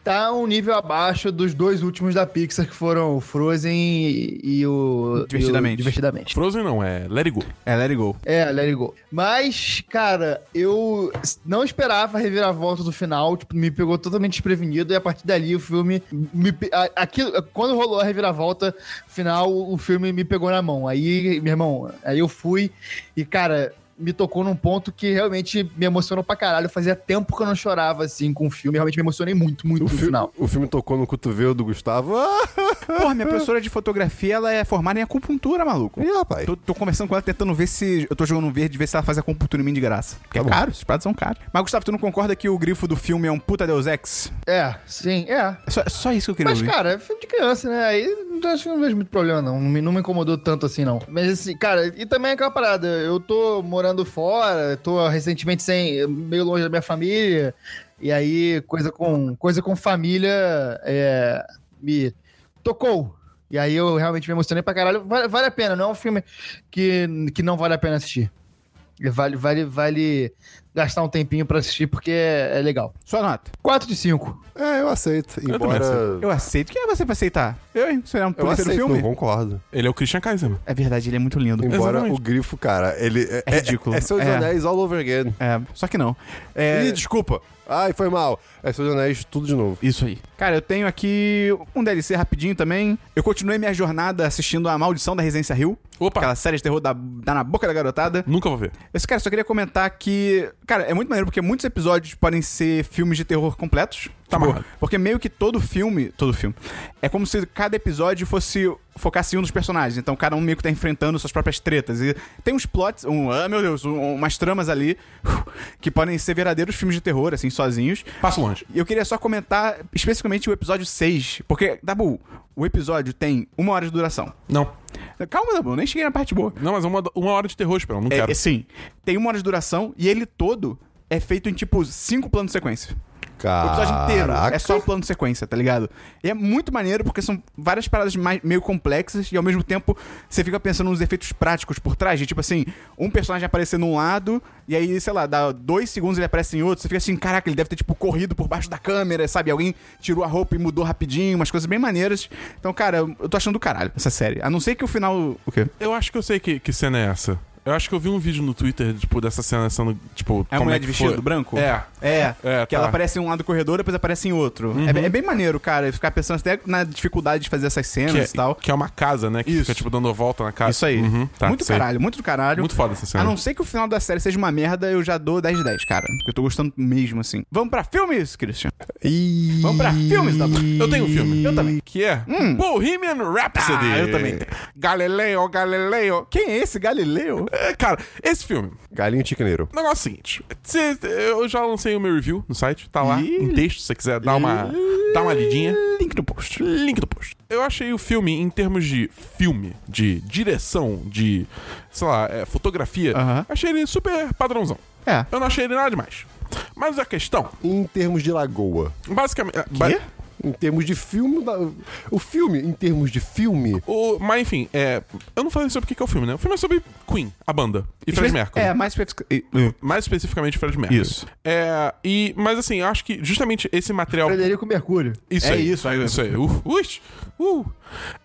[SPEAKER 3] tá um nível abaixo dos dois últimos da Pixar, que foram o Frozen e, e o.
[SPEAKER 1] Divertidamente.
[SPEAKER 3] e o Divertidamente.
[SPEAKER 4] Frozen não, é Let It Go.
[SPEAKER 1] É, let it go.
[SPEAKER 3] É, let it go. Mas, cara, eu s- não esperava a reviravolta do final, tipo, me pegou totalmente desprevenido e a partir dali o filme me pe- a- aquilo, quando rolou a reviravolta final, o filme me pegou na mão. Aí, meu irmão, aí eu fui e cara, me tocou num ponto que realmente me emocionou pra caralho. Fazia tempo que eu não chorava assim com o filme, realmente me emocionei muito, muito
[SPEAKER 2] O,
[SPEAKER 3] no
[SPEAKER 2] fi-
[SPEAKER 3] final.
[SPEAKER 2] o filme tocou no cotovelo do Gustavo. Ah,
[SPEAKER 1] Porra, minha professora de fotografia, ela é formada em acupuntura, maluco.
[SPEAKER 2] Ih, rapaz.
[SPEAKER 1] Tô, tô conversando com ela, tentando ver se. Eu tô jogando um verde, ver se ela faz acupuntura em mim de graça. Porque é
[SPEAKER 2] Tá bom.
[SPEAKER 1] caro, esses pratos são caros. Mas, Gustavo, tu não concorda que o grifo do filme é um puta Deus Ex?
[SPEAKER 3] É, sim, é.
[SPEAKER 1] É só, é só isso que eu queria
[SPEAKER 3] Mas,
[SPEAKER 1] ouvir.
[SPEAKER 3] cara, é filme de criança, né? Aí não- acho que não vejo muito problema, não. Não me, não me incomodou tanto assim, não. Mas, assim, cara, e também é aquela parada. Eu tô morando fora, tô recentemente sem, meio longe da minha família. E aí, coisa com, coisa com família é, me tocou. E aí eu realmente me emocionei pra caralho. Vale, vale a pena, não é um filme que, que não vale a pena assistir. Ele Vale, vale, vale gastar um tempinho pra assistir, porque é, é legal.
[SPEAKER 1] Sua nota.
[SPEAKER 3] 4 de 5.
[SPEAKER 2] É, eu aceito.
[SPEAKER 4] também
[SPEAKER 2] Embora.
[SPEAKER 4] aceito.
[SPEAKER 1] Eu aceito. Quem é você pra aceitar? Eu, hein? Será um
[SPEAKER 2] Eu
[SPEAKER 1] terceiro
[SPEAKER 2] aceito,
[SPEAKER 1] filme?
[SPEAKER 2] eu concordo.
[SPEAKER 4] Ele é o Christian Kaiser. mano.
[SPEAKER 1] É verdade, ele é muito lindo.
[SPEAKER 2] Embora
[SPEAKER 4] Exatamente.
[SPEAKER 2] o grifo, cara, ele. É,
[SPEAKER 1] É ridículo.
[SPEAKER 2] É, é Seus
[SPEAKER 1] É.
[SPEAKER 2] Anéis all over again.
[SPEAKER 1] É, só que não. É,
[SPEAKER 2] Ih, desculpa. Ai, foi mal. É Seus Anéis tudo de novo.
[SPEAKER 1] Isso aí. Cara, eu tenho aqui um DLC rapidinho também. Eu continuei minha jornada assistindo A Maldição da Residência Rio.
[SPEAKER 4] Opa.
[SPEAKER 1] Aquela série de terror da, da Na Boca da Garotada.
[SPEAKER 4] Nunca vou ver.
[SPEAKER 1] Esse cara, só queria comentar que. Cara, é muito maneiro porque muitos episódios podem ser filmes de terror completos.
[SPEAKER 4] Tá amarrado.
[SPEAKER 1] Porque meio que todo filme. Todo filme. É como se cada episódio fosse. Focasse em um dos personagens. Então cada um meio que tá enfrentando suas próprias tretas. E tem uns plots. Um, ah, meu Deus. um- umas tramas ali. Que podem ser verdadeiros filmes de terror, assim, sozinhos.
[SPEAKER 4] Passo longe.
[SPEAKER 1] E eu queria só comentar especificamente o episódio 6. Porque, Dabu, o episódio tem uma hora de duração.
[SPEAKER 4] Não.
[SPEAKER 1] Calma, Dabu, nem cheguei na parte boa.
[SPEAKER 4] Não, mas é uma, uma hora de terror, Esperão. Não
[SPEAKER 1] É,
[SPEAKER 4] quero.
[SPEAKER 1] é, sim, tem uma hora de duração e ele todo é feito em tipo cinco planos de sequência. O
[SPEAKER 2] Caraca.
[SPEAKER 1] episódio inteiro é só um plano de sequência, tá ligado? E é muito maneiro porque são várias paradas mais- meio complexas e ao mesmo tempo você fica pensando nos efeitos práticos por trás, de tipo assim, um personagem aparecer num lado e aí, sei lá, dá dois segundos ele aparece em outro, você fica assim, caraca, ele deve ter tipo corrido por baixo da câmera, sabe? Alguém tirou a roupa e mudou rapidinho, umas coisas bem maneiras. Então, cara, eu tô achando do caralho essa série. A não ser que o final. O quê?
[SPEAKER 4] Eu acho que eu sei que, que cena é essa. Eu acho que eu vi um vídeo no Twitter, tipo, dessa cena sendo, tipo,
[SPEAKER 1] É a
[SPEAKER 4] como
[SPEAKER 1] mulher
[SPEAKER 4] é que
[SPEAKER 1] de vestido
[SPEAKER 4] foi.
[SPEAKER 1] branco?
[SPEAKER 4] É.
[SPEAKER 1] É,
[SPEAKER 4] É,
[SPEAKER 1] que ela
[SPEAKER 4] tá. Uhum.
[SPEAKER 1] aparece em um lado do corredor, depois aparece em outro. É, bem- é bem maneiro, cara. Ficar pensando até na dificuldade de fazer essas cenas
[SPEAKER 4] Que é,
[SPEAKER 1] e tal.
[SPEAKER 4] que é uma casa, né? Que
[SPEAKER 1] Isso.
[SPEAKER 4] fica, tipo, dando volta na casa.
[SPEAKER 1] Isso aí.
[SPEAKER 4] Uhum, tá,
[SPEAKER 1] muito
[SPEAKER 4] sei.
[SPEAKER 1] caralho, muito do caralho.
[SPEAKER 4] Muito foda essa
[SPEAKER 1] A
[SPEAKER 4] cena.
[SPEAKER 1] não ser que o final da série seja uma merda, eu já dou 10 de 10, cara. Porque eu tô gostando mesmo, assim. Vamos pra filmes, Christian?
[SPEAKER 2] E...
[SPEAKER 1] Vamos pra filmes, tá Dabu.
[SPEAKER 4] Eu tenho um filme.
[SPEAKER 1] Eu também. Hum.
[SPEAKER 4] Que é Bohemian Rhapsody.
[SPEAKER 1] Ah, eu também
[SPEAKER 4] Galileu, Galileu.
[SPEAKER 1] Quem é esse Galileu?
[SPEAKER 4] É, cara, esse filme,
[SPEAKER 2] Galinho Tiquineiro.
[SPEAKER 4] o negócio é o seguinte. cê- eu já lancei o meu review no site, tá lá
[SPEAKER 1] Ih.
[SPEAKER 4] em texto, se você quiser dar uma, dar uma lidinha.
[SPEAKER 1] Link no post.
[SPEAKER 4] Link do post. Eu achei o filme, em termos de filme, de direção, de, sei lá, é, fotografia,
[SPEAKER 1] Aham.
[SPEAKER 4] achei ele super padrãozão.
[SPEAKER 1] É.
[SPEAKER 4] Eu não achei ele nada demais. Mas a questão,
[SPEAKER 2] Em termos de lagoa.
[SPEAKER 4] basicamente... ba-
[SPEAKER 2] Em termos de filme. da- O filme, em termos de filme.
[SPEAKER 4] O, mas enfim, é, eu não falei sobre o que que é o filme, né? O filme é sobre Queen, a banda, e Fred Mercury.
[SPEAKER 1] É, mais espe-
[SPEAKER 4] Mais especificamente Fred Mercury.
[SPEAKER 1] Isso.
[SPEAKER 4] É, e, mas assim, eu acho que justamente esse material.
[SPEAKER 3] Frederico Mercúrio.
[SPEAKER 4] Isso
[SPEAKER 1] É
[SPEAKER 4] aí.
[SPEAKER 1] isso, aí-
[SPEAKER 4] Isso aí. Uh, ux, uh.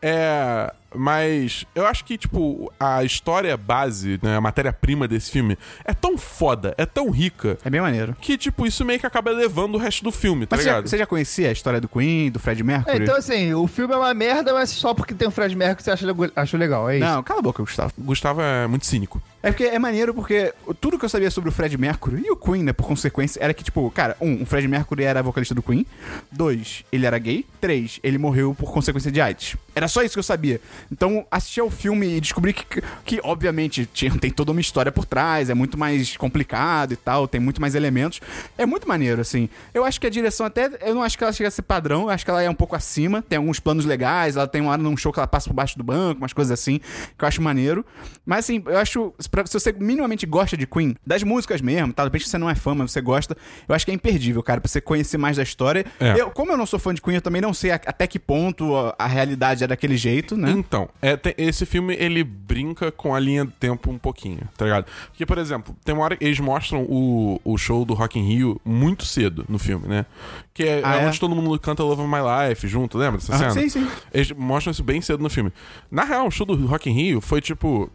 [SPEAKER 4] É, mas eu acho que, tipo, a história base, né, a matéria-prima desse filme é tão foda, é tão rica,
[SPEAKER 1] É bem maneiro.
[SPEAKER 4] que, tipo, isso meio que acaba levando o resto do filme, tá
[SPEAKER 1] Mas você já,
[SPEAKER 4] ligado?
[SPEAKER 1] você já conhecia a história do Queen, do Fred
[SPEAKER 3] É,
[SPEAKER 1] Mercury?
[SPEAKER 3] então, assim, o filme é uma merda, mas só porque tem o Fred Mercury você acha, legu- achou legal, é isso.
[SPEAKER 1] Não, cala a boca, Gustavo.
[SPEAKER 4] Gustavo é muito cínico.
[SPEAKER 1] É porque é maneiro porque tudo que eu sabia sobre o Fred Mercury e o Queen, né, por consequência, era que, tipo, cara, um, o Fred Mercury era vocalista do Queen. Dois, ele era gay. Três, ele morreu por consequência de AIDS. Era só isso que eu sabia. Então, assistir ao filme e descobri que, que obviamente, tinha, tem toda uma história por trás, é muito mais complicado e tal, tem muito mais elementos. É muito maneiro, assim. Eu acho que a direção até. Eu não acho que ela chega a ser padrão, eu acho que ela é um pouco acima, tem alguns planos legais, ela tem uma hora num show que ela passa por baixo do banco, umas coisas assim, que eu acho maneiro. Mas assim, eu acho. pra- Se você minimamente gosta de Queen, das músicas mesmo, tá? De repente você não é fã, mas você gosta, eu acho que é imperdível, cara, pra você conhecer mais da história.
[SPEAKER 4] É.
[SPEAKER 1] Eu, como eu não sou fã de Queen, eu também não sei a- até que ponto a, a realidade é daquele jeito, né?
[SPEAKER 4] Então, é, tem- esse filme ele brinca com a linha do tempo um pouquinho, tá ligado? Porque, por exemplo, tem uma hora que eles mostram o, o show do Rock in Rio muito cedo no filme, né? Que é,
[SPEAKER 1] Ah,
[SPEAKER 4] é
[SPEAKER 1] é?
[SPEAKER 4] onde todo mundo canta Love of My Life junto, lembra dessa
[SPEAKER 1] Aham.
[SPEAKER 4] cena?
[SPEAKER 1] Sim, sim.
[SPEAKER 4] Eles mostram isso bem cedo no filme. Na real, o show do Rock in Rio foi tipo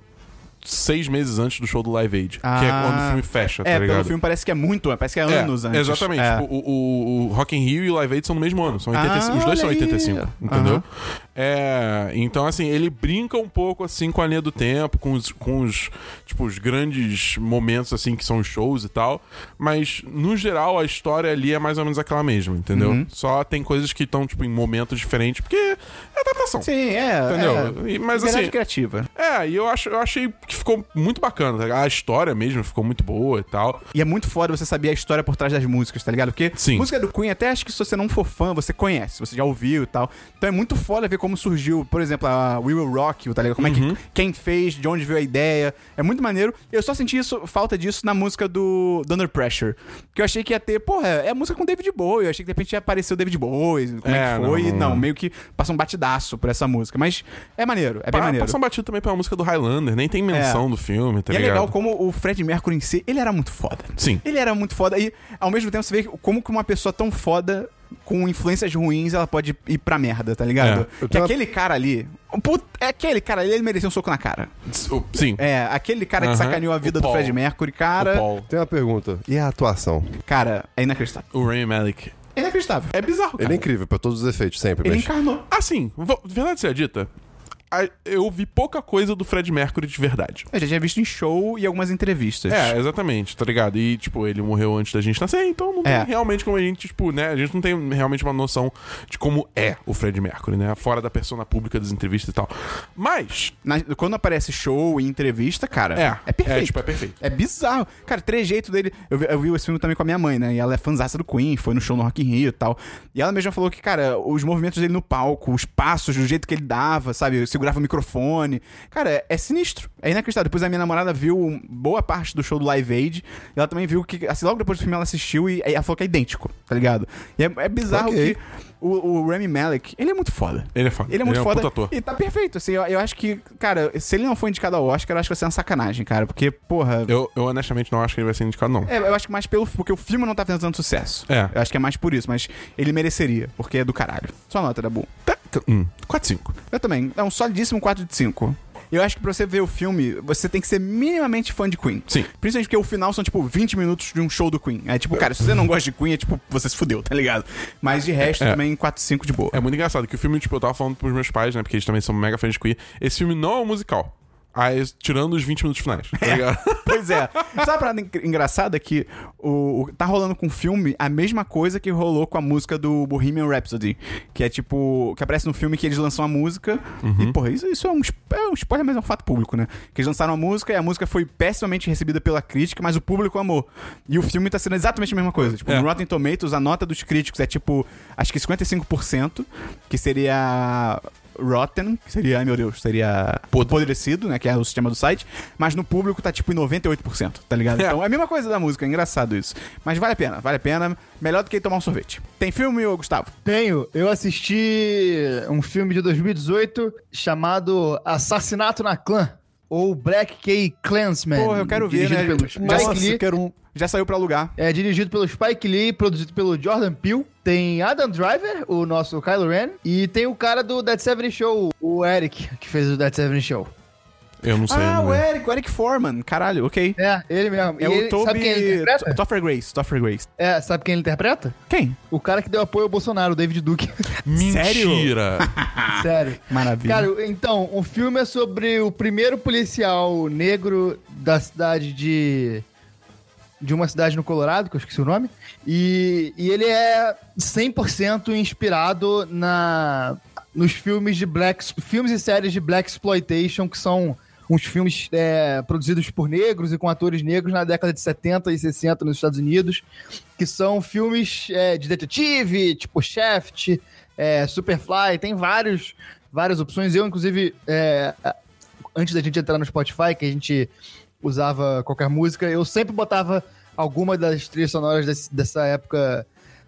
[SPEAKER 4] seis meses antes do show do Live Aid, que é
[SPEAKER 1] Ah.
[SPEAKER 4] quando o filme fecha, tá
[SPEAKER 1] é,
[SPEAKER 4] ligado?
[SPEAKER 1] pelo filme parece que é muito, parece que é anos
[SPEAKER 4] É,
[SPEAKER 1] antes.
[SPEAKER 4] Exatamente.
[SPEAKER 1] É.
[SPEAKER 4] Tipo, o, o- o Rock in Rio e o Live Aid são no mesmo ano. São 85,
[SPEAKER 1] Ah,
[SPEAKER 4] os
[SPEAKER 1] olha
[SPEAKER 4] dois são
[SPEAKER 1] aí.
[SPEAKER 4] 85, entendeu?
[SPEAKER 1] Aham.
[SPEAKER 4] É, então, assim, ele brinca um pouco assim com a linha do tempo, com os, com os, tipo, os grandes momentos assim que são os shows e tal. Mas, no geral, a história ali é mais ou menos aquela mesma, entendeu?
[SPEAKER 1] Uhum.
[SPEAKER 4] Só tem coisas que estão, tipo, em momentos diferentes, porque é adaptação.
[SPEAKER 1] Sim, é.
[SPEAKER 4] Entendeu?
[SPEAKER 1] É,
[SPEAKER 4] E- mas,
[SPEAKER 1] liberdade
[SPEAKER 4] assim,
[SPEAKER 1] criativa.
[SPEAKER 4] É, e eu, acho, eu achei que ficou muito bacana, tá ligado? A história mesmo ficou muito boa e tal.
[SPEAKER 1] E é muito foda você saber a história por trás das músicas, tá ligado? Porque
[SPEAKER 4] Sim.
[SPEAKER 1] música do Queen, até acho que se você não for fã, você conhece, você já ouviu e tal. Então é muito foda ver como surgiu, por exemplo, a We Will Rock You, tá ligado? Como
[SPEAKER 4] Uhum.
[SPEAKER 1] é que quem fez, de onde veio a ideia. É muito maneiro. Eu só senti isso, falta disso na música do, do Under Pressure. Que eu achei que ia ter, porra, é a música com David Bowie. Eu achei que de repente ia aparecer o David Bowie, como é,
[SPEAKER 4] É,
[SPEAKER 1] que foi.
[SPEAKER 4] não,
[SPEAKER 1] Não,
[SPEAKER 4] não.
[SPEAKER 1] meio que passa um batidaço por essa música. Mas é maneiro, é bem
[SPEAKER 4] Pa-
[SPEAKER 1] maneiro.
[SPEAKER 4] Passam batido também pela música do Highlander, nem tem menção
[SPEAKER 1] É.
[SPEAKER 4] do filme, tá
[SPEAKER 1] e é
[SPEAKER 4] ligado?
[SPEAKER 1] legal como o Fred Mercury em si, ele era muito foda.
[SPEAKER 4] Sim.
[SPEAKER 1] Ele era muito foda. E ao mesmo tempo você vê como que uma pessoa tão foda, com influências ruins, ela pode ir pra merda, tá ligado?
[SPEAKER 4] É,
[SPEAKER 2] Eu
[SPEAKER 1] Que
[SPEAKER 2] tava-
[SPEAKER 1] aquele cara ali. Put... é Aquele cara ali, ele merecia um soco na cara.
[SPEAKER 4] O- Sim.
[SPEAKER 1] É, aquele cara
[SPEAKER 4] Aham.
[SPEAKER 1] que sacaneou a vida
[SPEAKER 4] O
[SPEAKER 1] do
[SPEAKER 4] Paul.
[SPEAKER 1] Fred Mercury,
[SPEAKER 4] O
[SPEAKER 1] cara.
[SPEAKER 4] Paul,
[SPEAKER 2] Tem uma pergunta. E a atuação?
[SPEAKER 1] Cara, é inacreditável.
[SPEAKER 4] o Rami Malek.
[SPEAKER 1] É inacreditável.
[SPEAKER 4] É bizarro, cara.
[SPEAKER 2] Ele é incrível, pra todos os efeitos, sempre.
[SPEAKER 1] Ele
[SPEAKER 2] mas-
[SPEAKER 1] encarnou.
[SPEAKER 4] Assim, vo- verdade seja dita, a- eu vi pouca coisa do Fred Mercury de verdade.
[SPEAKER 1] Eu já tinha visto em show e algumas entrevistas.
[SPEAKER 4] É, exatamente, tá ligado? E, tipo, ele morreu antes da gente nascer, então não tem
[SPEAKER 1] É.
[SPEAKER 4] realmente como a gente, tipo, né? A gente não tem realmente uma noção de como é o Fred Mercury, né? Fora da persona pública das entrevistas e tal. Mas,
[SPEAKER 1] Na- quando aparece show e entrevista, cara,
[SPEAKER 4] é.
[SPEAKER 1] é perfeito.
[SPEAKER 4] É, tipo, é perfeito.
[SPEAKER 1] É bizarro. Cara, trejeito dele. Eu vi, eu vi esse filme também com a minha mãe, né? E ela é fanzaça do Queen, foi no show no Rock in Rio e tal. E ela mesma falou que, cara, os movimentos dele no palco, os passos, do jeito que ele dava, sabe? Segurava o microfone. Cara, é, é sinistro. É inacreditável. Depois a minha namorada viu boa parte do show do Live Aid. E ela também viu que, assim, logo depois do filme ela assistiu e aí ela falou que é idêntico, tá ligado? E é, é bizarro
[SPEAKER 2] Ok.
[SPEAKER 1] que o, o Rami Malek, ele é muito foda.
[SPEAKER 4] Ele é foda.
[SPEAKER 1] Ele é muito
[SPEAKER 4] um
[SPEAKER 1] foda.
[SPEAKER 4] puta ator.
[SPEAKER 1] E tá perfeito, assim. Eu, eu acho que, cara, se ele não for indicado ao Oscar, eu acho que vai ser uma sacanagem, cara. Porque, porra.
[SPEAKER 4] Eu, eu honestamente não acho que ele vai ser indicado, não.
[SPEAKER 1] É, eu acho que mais pelo. Porque o filme não tá fazendo tanto sucesso.
[SPEAKER 4] É.
[SPEAKER 1] Eu acho que é mais por isso, mas ele mereceria, porque é do caralho. Sua nota, Dabu.
[SPEAKER 4] Tá, tá, hum, 4, 5.
[SPEAKER 1] Eu também. É um solidíssimo 4 de 5. Eu acho que pra você ver o filme, você tem que ser minimamente fã de Queen.
[SPEAKER 4] Sim.
[SPEAKER 1] Principalmente porque o final são, tipo, 20 minutos de um show do Queen. É tipo, cara, se você não gosta de Queen, é tipo, você se fudeu, tá ligado? Mas de resto,
[SPEAKER 4] É.
[SPEAKER 1] também 4 de 5 de boa.
[SPEAKER 4] É muito engraçado que o filme, tipo, eu tava falando pros meus pais, né? Porque eles também são mega fãs de Queen. Esse filme não é um musical. Aí, tirando os 20 minutos finais, tá ligado?
[SPEAKER 1] Pois é. Sabe a parada en- engraçada que o, o- tá rolando com o filme a mesma coisa que rolou com a música do Bohemian Rhapsody. Que é tipo. Que aparece no filme que eles lançam a música. E, porra, isso, isso é, um, sp- é um spoiler, mas é um fato público, né? Que eles lançaram a música e a música foi pessimamente recebida pela crítica, mas o público amou. E o filme tá sendo exatamente a mesma coisa. Tipo,
[SPEAKER 4] É.
[SPEAKER 1] no Rotten Tomatoes, a nota dos críticos é tipo. Acho que 55%, que seria. Rotten, que seria, ai meu Deus, seria apodrecido, né? Que é o sistema do site. Mas no público tá tipo em 98%, tá ligado?
[SPEAKER 4] É.
[SPEAKER 1] Então é a mesma coisa da música, é engraçado isso. Mas vale a pena, vale a pena. Melhor do que tomar um sorvete. Tem filme, ô Gustavo?
[SPEAKER 3] Tenho, eu assisti um filme de 2018 chamado Assassinato na Clã, ou Black K Clansman.
[SPEAKER 1] Porra, eu quero ver,
[SPEAKER 3] É, dirigido
[SPEAKER 1] né?
[SPEAKER 3] Pelo
[SPEAKER 1] Nossa,
[SPEAKER 3] Spike
[SPEAKER 2] eu
[SPEAKER 3] Lee,
[SPEAKER 2] quero um.
[SPEAKER 1] Já saiu pra alugar.
[SPEAKER 3] é dirigido pelo Spike Lee, produzido pelo Jordan Peele. Tem Adam Driver, o nosso Kylo Ren, e tem o cara do Dead Seven Show, o Eric, que fez o Dead Seven Show.
[SPEAKER 4] Eu não sei.
[SPEAKER 1] ah,
[SPEAKER 4] não é.
[SPEAKER 1] o
[SPEAKER 4] vi.
[SPEAKER 2] né?
[SPEAKER 1] Eric, o Eric Foreman, caralho, ok.
[SPEAKER 3] É, ele mesmo.
[SPEAKER 1] É,
[SPEAKER 3] E
[SPEAKER 1] o
[SPEAKER 3] ele-
[SPEAKER 1] Toby.
[SPEAKER 3] Sabe quem ele interpreta?
[SPEAKER 1] Topher Grace, Topher Grace.
[SPEAKER 3] É, sabe quem ele interpreta?
[SPEAKER 1] Quem?
[SPEAKER 3] O cara que deu apoio ao Bolsonaro, o David Duke.
[SPEAKER 4] Mentira!
[SPEAKER 3] Sério.
[SPEAKER 1] Maravilha.
[SPEAKER 3] Cara, então, o filme é sobre o primeiro policial negro da cidade de. De uma cidade no Colorado, que eu esqueci o nome. E, e ele é 100% inspirado na, nos filmes de Black. Filmes e séries de Black Exploitation, que são uns filmes é, produzidos por negros e com atores negros na década de 70 e 60 nos Estados Unidos, que são filmes é, de detetive, tipo Shaft, é, Superfly, tem vários, várias opções. Eu, inclusive, é, a- antes da gente entrar no Spotify, que a gente usava qualquer música, eu sempre botava alguma das trilhas sonoras desse- dessa época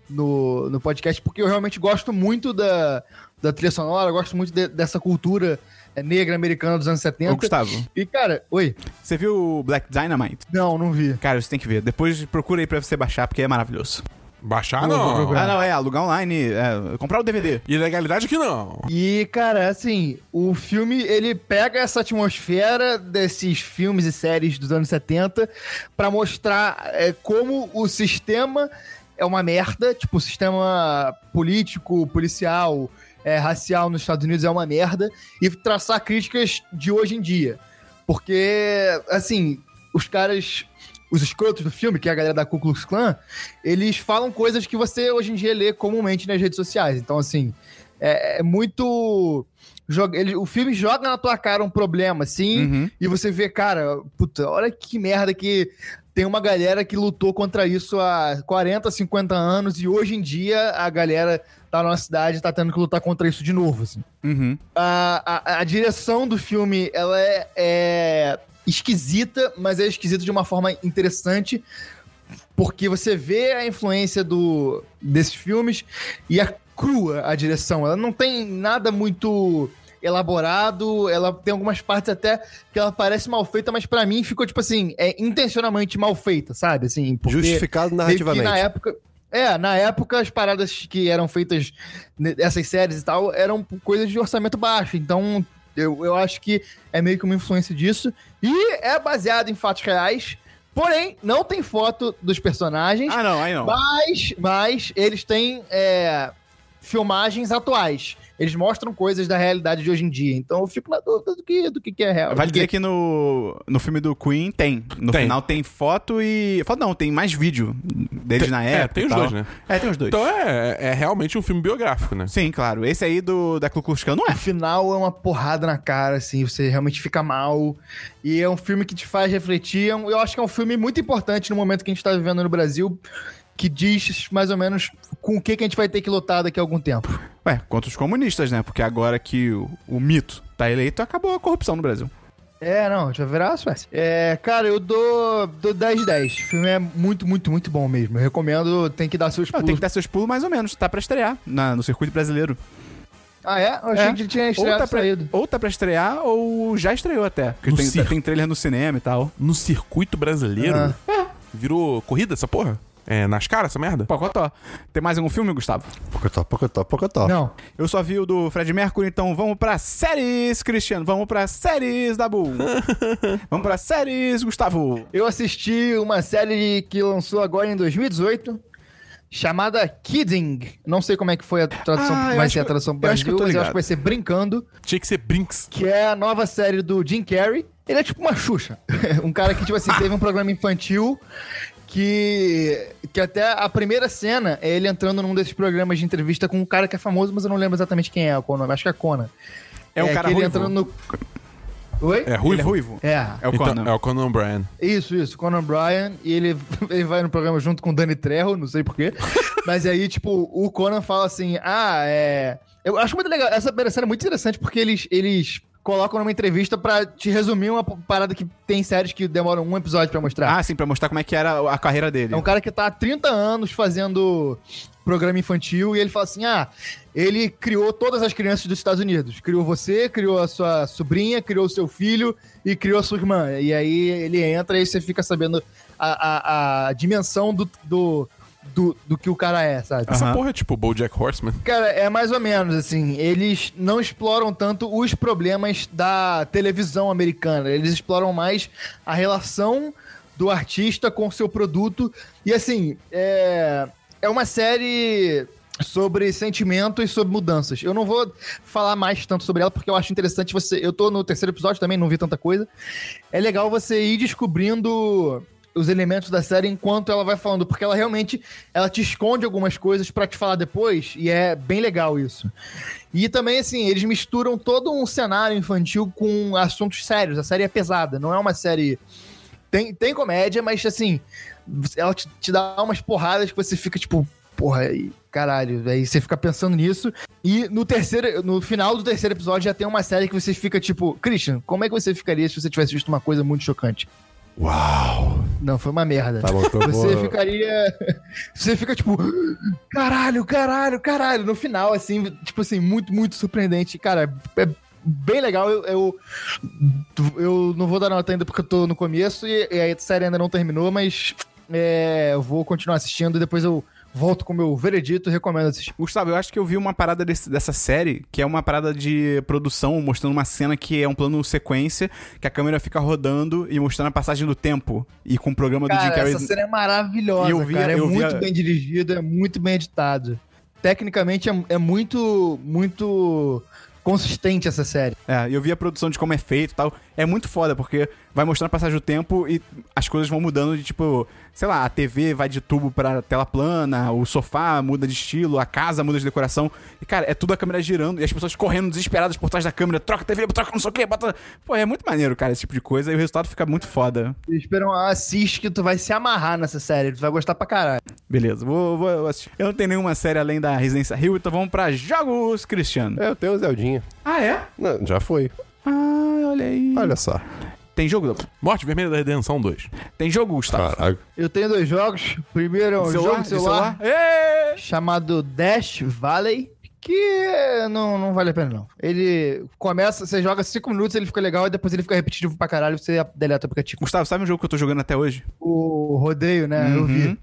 [SPEAKER 3] no, no podcast, porque eu realmente gosto muito da, da trilha sonora, eu gosto muito de- dessa cultura é, negra americana dos anos 70.
[SPEAKER 1] Ô, Gustavo,
[SPEAKER 3] E, cara, oi.
[SPEAKER 1] você viu o Black Dynamite?
[SPEAKER 3] Não, não vi.
[SPEAKER 1] Cara, você tem que ver. Depois procura aí pra você baixar, porque é maravilhoso.
[SPEAKER 4] Baixar
[SPEAKER 3] Vou- vou
[SPEAKER 4] não.
[SPEAKER 3] procurar.
[SPEAKER 1] Ah, não, é, alugar online, é, comprar o DVD.
[SPEAKER 4] Ilegalidade que não.
[SPEAKER 3] E, cara, assim, o filme, ele pega essa atmosfera desses filmes e séries dos anos 70 pra mostrar é, como o sistema é uma merda, tipo, o sistema político, policial, é, racial nos Estados Unidos é uma merda, e traçar críticas de hoje em dia. Porque, assim, os caras, os escrotos do filme, que é a galera da Ku Klux Klan, eles falam coisas que você hoje em dia lê comumente nas redes sociais. Então, assim, é, é muito. joga- ele- o filme joga na tua cara um problema, assim,
[SPEAKER 1] Uhum.
[SPEAKER 3] e você vê, cara, puta, olha que merda que tem uma galera que lutou contra isso há 40, 50 anos, e hoje em dia a galera da nossa cidade tá tendo que lutar contra isso de novo, assim
[SPEAKER 1] Uhum.
[SPEAKER 3] a, a- a direção do filme ela é, é esquisita, mas é esquisita de uma forma interessante. Porque você vê a influência do, desses filmes e é crua a direção. Ela não tem nada muito elaborado, ela tem algumas partes até que ela parece mal feita, mas pra mim ficou tipo assim, é intencionalmente mal feita, sabe? Assim, porque-
[SPEAKER 2] Justificado
[SPEAKER 3] meio que
[SPEAKER 2] narrativamente.
[SPEAKER 3] na época. É, na época as paradas que eram feitas ne- essas séries e tal eram p- coisas de orçamento baixo. Então eu, eu acho que é meio que uma influência disso. E é baseado em fatos reais. Porém, não tem foto dos personagens.
[SPEAKER 1] Ah, não, aí não.
[SPEAKER 3] Mas, mas eles têm é, filmagens atuais. Eles mostram coisas da realidade de hoje em dia. então eu fico na dúvida do que, do que, que é real.
[SPEAKER 1] Vale
[SPEAKER 3] do que-
[SPEAKER 1] dizer que no, no filme do Queen tem. No
[SPEAKER 4] Tem.
[SPEAKER 1] final tem foto e. Foto não, tem mais vídeo deles na
[SPEAKER 4] É,
[SPEAKER 1] época.
[SPEAKER 4] tem
[SPEAKER 1] e
[SPEAKER 4] os
[SPEAKER 1] tal.
[SPEAKER 4] dois, né?
[SPEAKER 1] É, tem os dois.
[SPEAKER 4] Então é, é realmente um filme biográfico, né?
[SPEAKER 1] Sim, claro. Esse aí do, da Ku Klux Klan não é.
[SPEAKER 3] O final é uma porrada na cara, assim, você realmente fica mal. E é um filme que te faz refletir. É um- Eu acho que é um filme muito importante no momento que a gente tá vivendo no Brasil, que diz mais ou menos com o que, que a gente vai ter que lutar daqui a algum tempo.
[SPEAKER 1] Ué, contra os comunistas, né? Porque agora que o, o mito tá eleito, acabou a corrupção no Brasil.
[SPEAKER 3] É, não, já virar a Suécia. É, cara, eu dou, dou 10 10. O filme é muito, muito, muito bom mesmo. Eu recomendo, tem que dar seus
[SPEAKER 1] Não,
[SPEAKER 3] pulos.
[SPEAKER 4] Uhum.
[SPEAKER 1] tem que dar seus pulos mais ou menos. Tá pra estrear na- no circuito brasileiro.
[SPEAKER 3] Ah, é? Eu achei
[SPEAKER 1] É.
[SPEAKER 3] que tinha
[SPEAKER 1] Ou
[SPEAKER 3] estreado
[SPEAKER 1] tá, pra,
[SPEAKER 3] saído.
[SPEAKER 1] ou tá pra estrear ou já estreou até. Porque
[SPEAKER 4] No
[SPEAKER 1] tem,
[SPEAKER 4] circo.
[SPEAKER 1] tem trailer no cinema e tal.
[SPEAKER 4] No circuito brasileiro? Ah. É. Virou corrida essa porra? É, nas caras essa merda?
[SPEAKER 1] Pocotó. Tem mais algum filme, Gustavo?
[SPEAKER 2] Pocotó, pocotó, pocotó.
[SPEAKER 3] Não.
[SPEAKER 1] Eu só vi o do Fred Mercury, então vamos pra séries, Cristiano. Vamos pra séries, Dabu. vamos pra séries, Gustavo.
[SPEAKER 3] Eu assisti uma série que lançou agora em 2018, chamada Kidding. Não sei como é que foi a tradução,
[SPEAKER 1] Ah, eu
[SPEAKER 3] vai
[SPEAKER 1] acho
[SPEAKER 3] ser a
[SPEAKER 1] que-
[SPEAKER 3] tradução pro
[SPEAKER 1] eu acho que eu
[SPEAKER 3] Brasil,
[SPEAKER 1] tô
[SPEAKER 3] mas eu
[SPEAKER 1] ligado.
[SPEAKER 3] acho que vai ser Brincando,
[SPEAKER 4] Tinha que ser Brinks.
[SPEAKER 3] que é a nova série do Jim Carrey. Ele é tipo uma Xuxa. um cara que, tipo assim, teve um programa infantil que, que até a primeira cena é ele entrando num desses programas de entrevista com um cara que é famoso, mas eu não lembro exatamente quem é, qual o nome, acho que é Conan.
[SPEAKER 1] É um cara
[SPEAKER 3] que
[SPEAKER 1] ruivo.
[SPEAKER 3] Ele entrando no... Oi?
[SPEAKER 4] É
[SPEAKER 1] Ele
[SPEAKER 4] ruivo?
[SPEAKER 1] é ruivo.
[SPEAKER 3] É.
[SPEAKER 1] É o
[SPEAKER 4] Então,
[SPEAKER 1] Conan.
[SPEAKER 4] é o Conan Bryan.
[SPEAKER 3] Isso, isso, Conan Bryan, e ele, ele vai no programa junto com o Dani Trejo, não sei porquê. Mas aí, tipo, o Conan fala assim: ah, é. Eu acho muito legal. Essa primeira série é muito interessante porque eles, eles colocam numa entrevista pra te resumir uma parada que tem séries que demoram um episódio pra mostrar.
[SPEAKER 1] Ah, sim, pra mostrar como é que era a carreira dele.
[SPEAKER 3] É um cara que tá há 30 anos fazendo programa infantil e ele fala assim: ah, ele criou todas as crianças dos Estados Unidos. Criou você, criou a sua sobrinha, criou o seu filho e criou a sua irmã. E aí ele entra e você fica sabendo a, a, a dimensão do, do, do, do que o cara é, sabe?
[SPEAKER 4] Essa
[SPEAKER 1] Aham.
[SPEAKER 4] porra é tipo Bojack Horseman.
[SPEAKER 3] Cara, é mais ou menos assim. Eles não exploram tanto os problemas da televisão americana. Eles exploram mais a relação do artista com o seu produto. E assim, é, é uma série sobre sentimentos e sobre mudanças. Eu não vou falar mais tanto sobre ela porque eu acho interessante você. Eu tô no terceiro episódio também, não vi tanta coisa. É legal você ir descobrindo os elementos da série enquanto ela vai falando, porque ela realmente ela te esconde algumas coisas pra te falar depois, e é bem legal isso. E também, assim, eles misturam todo um cenário infantil com assuntos sérios. A série é pesada, não é uma série. Tem, tem comédia, mas assim, ela te, te dá umas porradas que você fica tipo, porra, e caralho. Aí você fica pensando nisso. E no terceiro, no final do terceiro episódio já tem uma série que você fica tipo, Christian, como é que você ficaria se você tivesse visto uma coisa muito chocante?
[SPEAKER 2] Uau!
[SPEAKER 3] Não, foi uma merda.
[SPEAKER 2] Tá bom, então eu
[SPEAKER 3] Você
[SPEAKER 2] vou-
[SPEAKER 3] ficaria. Você fica tipo. Caralho, caralho, caralho. No final, assim, tipo assim, muito, muito surpreendente. Cara, é bem legal. Eu, eu, eu não vou dar nota ainda porque eu tô no começo e, e a série ainda não terminou, mas é, eu vou continuar assistindo e depois eu volto com o meu veredito e recomendo assistir.
[SPEAKER 1] Gustavo, eu acho que eu vi uma parada desse- dessa série, que é uma parada de produção, mostrando uma cena que é um plano sequência, que a câmera fica rodando e mostrando a passagem do tempo. E com o programa do Jim
[SPEAKER 3] Cara,
[SPEAKER 1] Carrey.
[SPEAKER 3] essa cena é maravilhosa,
[SPEAKER 1] Eu vi-
[SPEAKER 3] cara. É
[SPEAKER 1] eu vi
[SPEAKER 3] muito
[SPEAKER 1] a-
[SPEAKER 3] bem dirigido, é muito bem editado. Tecnicamente é, é muito, muito consistente essa série.
[SPEAKER 1] É, eu vi a produção de como é feito e tal. É muito foda, porque vai mostrando a passagem do tempo e as coisas vão mudando de tipo, sei lá, a TV vai de tubo pra tela plana, o sofá muda de estilo, a casa muda de decoração. E, cara, é tudo a câmera girando e as pessoas correndo desesperadas por trás da câmera, troca a TV, troca não sei o que, bota. Pô, é muito maneiro, cara, esse tipo de coisa e o resultado fica muito foda.
[SPEAKER 3] Eles esperam, ah, assiste que tu vai se amarrar nessa série, tu vai gostar pra caralho.
[SPEAKER 1] Beleza, vou, vou eu assistir. Eu não tenho nenhuma série além da Residência Rio, então vamos pra jogos, Cristiano.
[SPEAKER 2] É, eu tenho o Zeldinha.
[SPEAKER 1] Ah, é?
[SPEAKER 2] Não, já foi.
[SPEAKER 1] Ah, olha aí.
[SPEAKER 2] Olha só.
[SPEAKER 1] Tem jogo, Douglas?
[SPEAKER 4] Morte Vermelha da Redenção 2.
[SPEAKER 1] Tem jogo, Gustavo?
[SPEAKER 2] Caraca.
[SPEAKER 3] Eu tenho dois jogos. Primeiro é um jogo de celular,
[SPEAKER 1] Ê!
[SPEAKER 3] chamado Dash Valley, que não, não vale a pena não. Ele começa, você joga 5 minutos, ele fica legal, e depois ele fica repetitivo pra caralho, você deleta o aplicativo.
[SPEAKER 1] Gustavo, sabe um jogo que eu tô jogando até hoje?
[SPEAKER 3] O rodeio, né? Eu vi.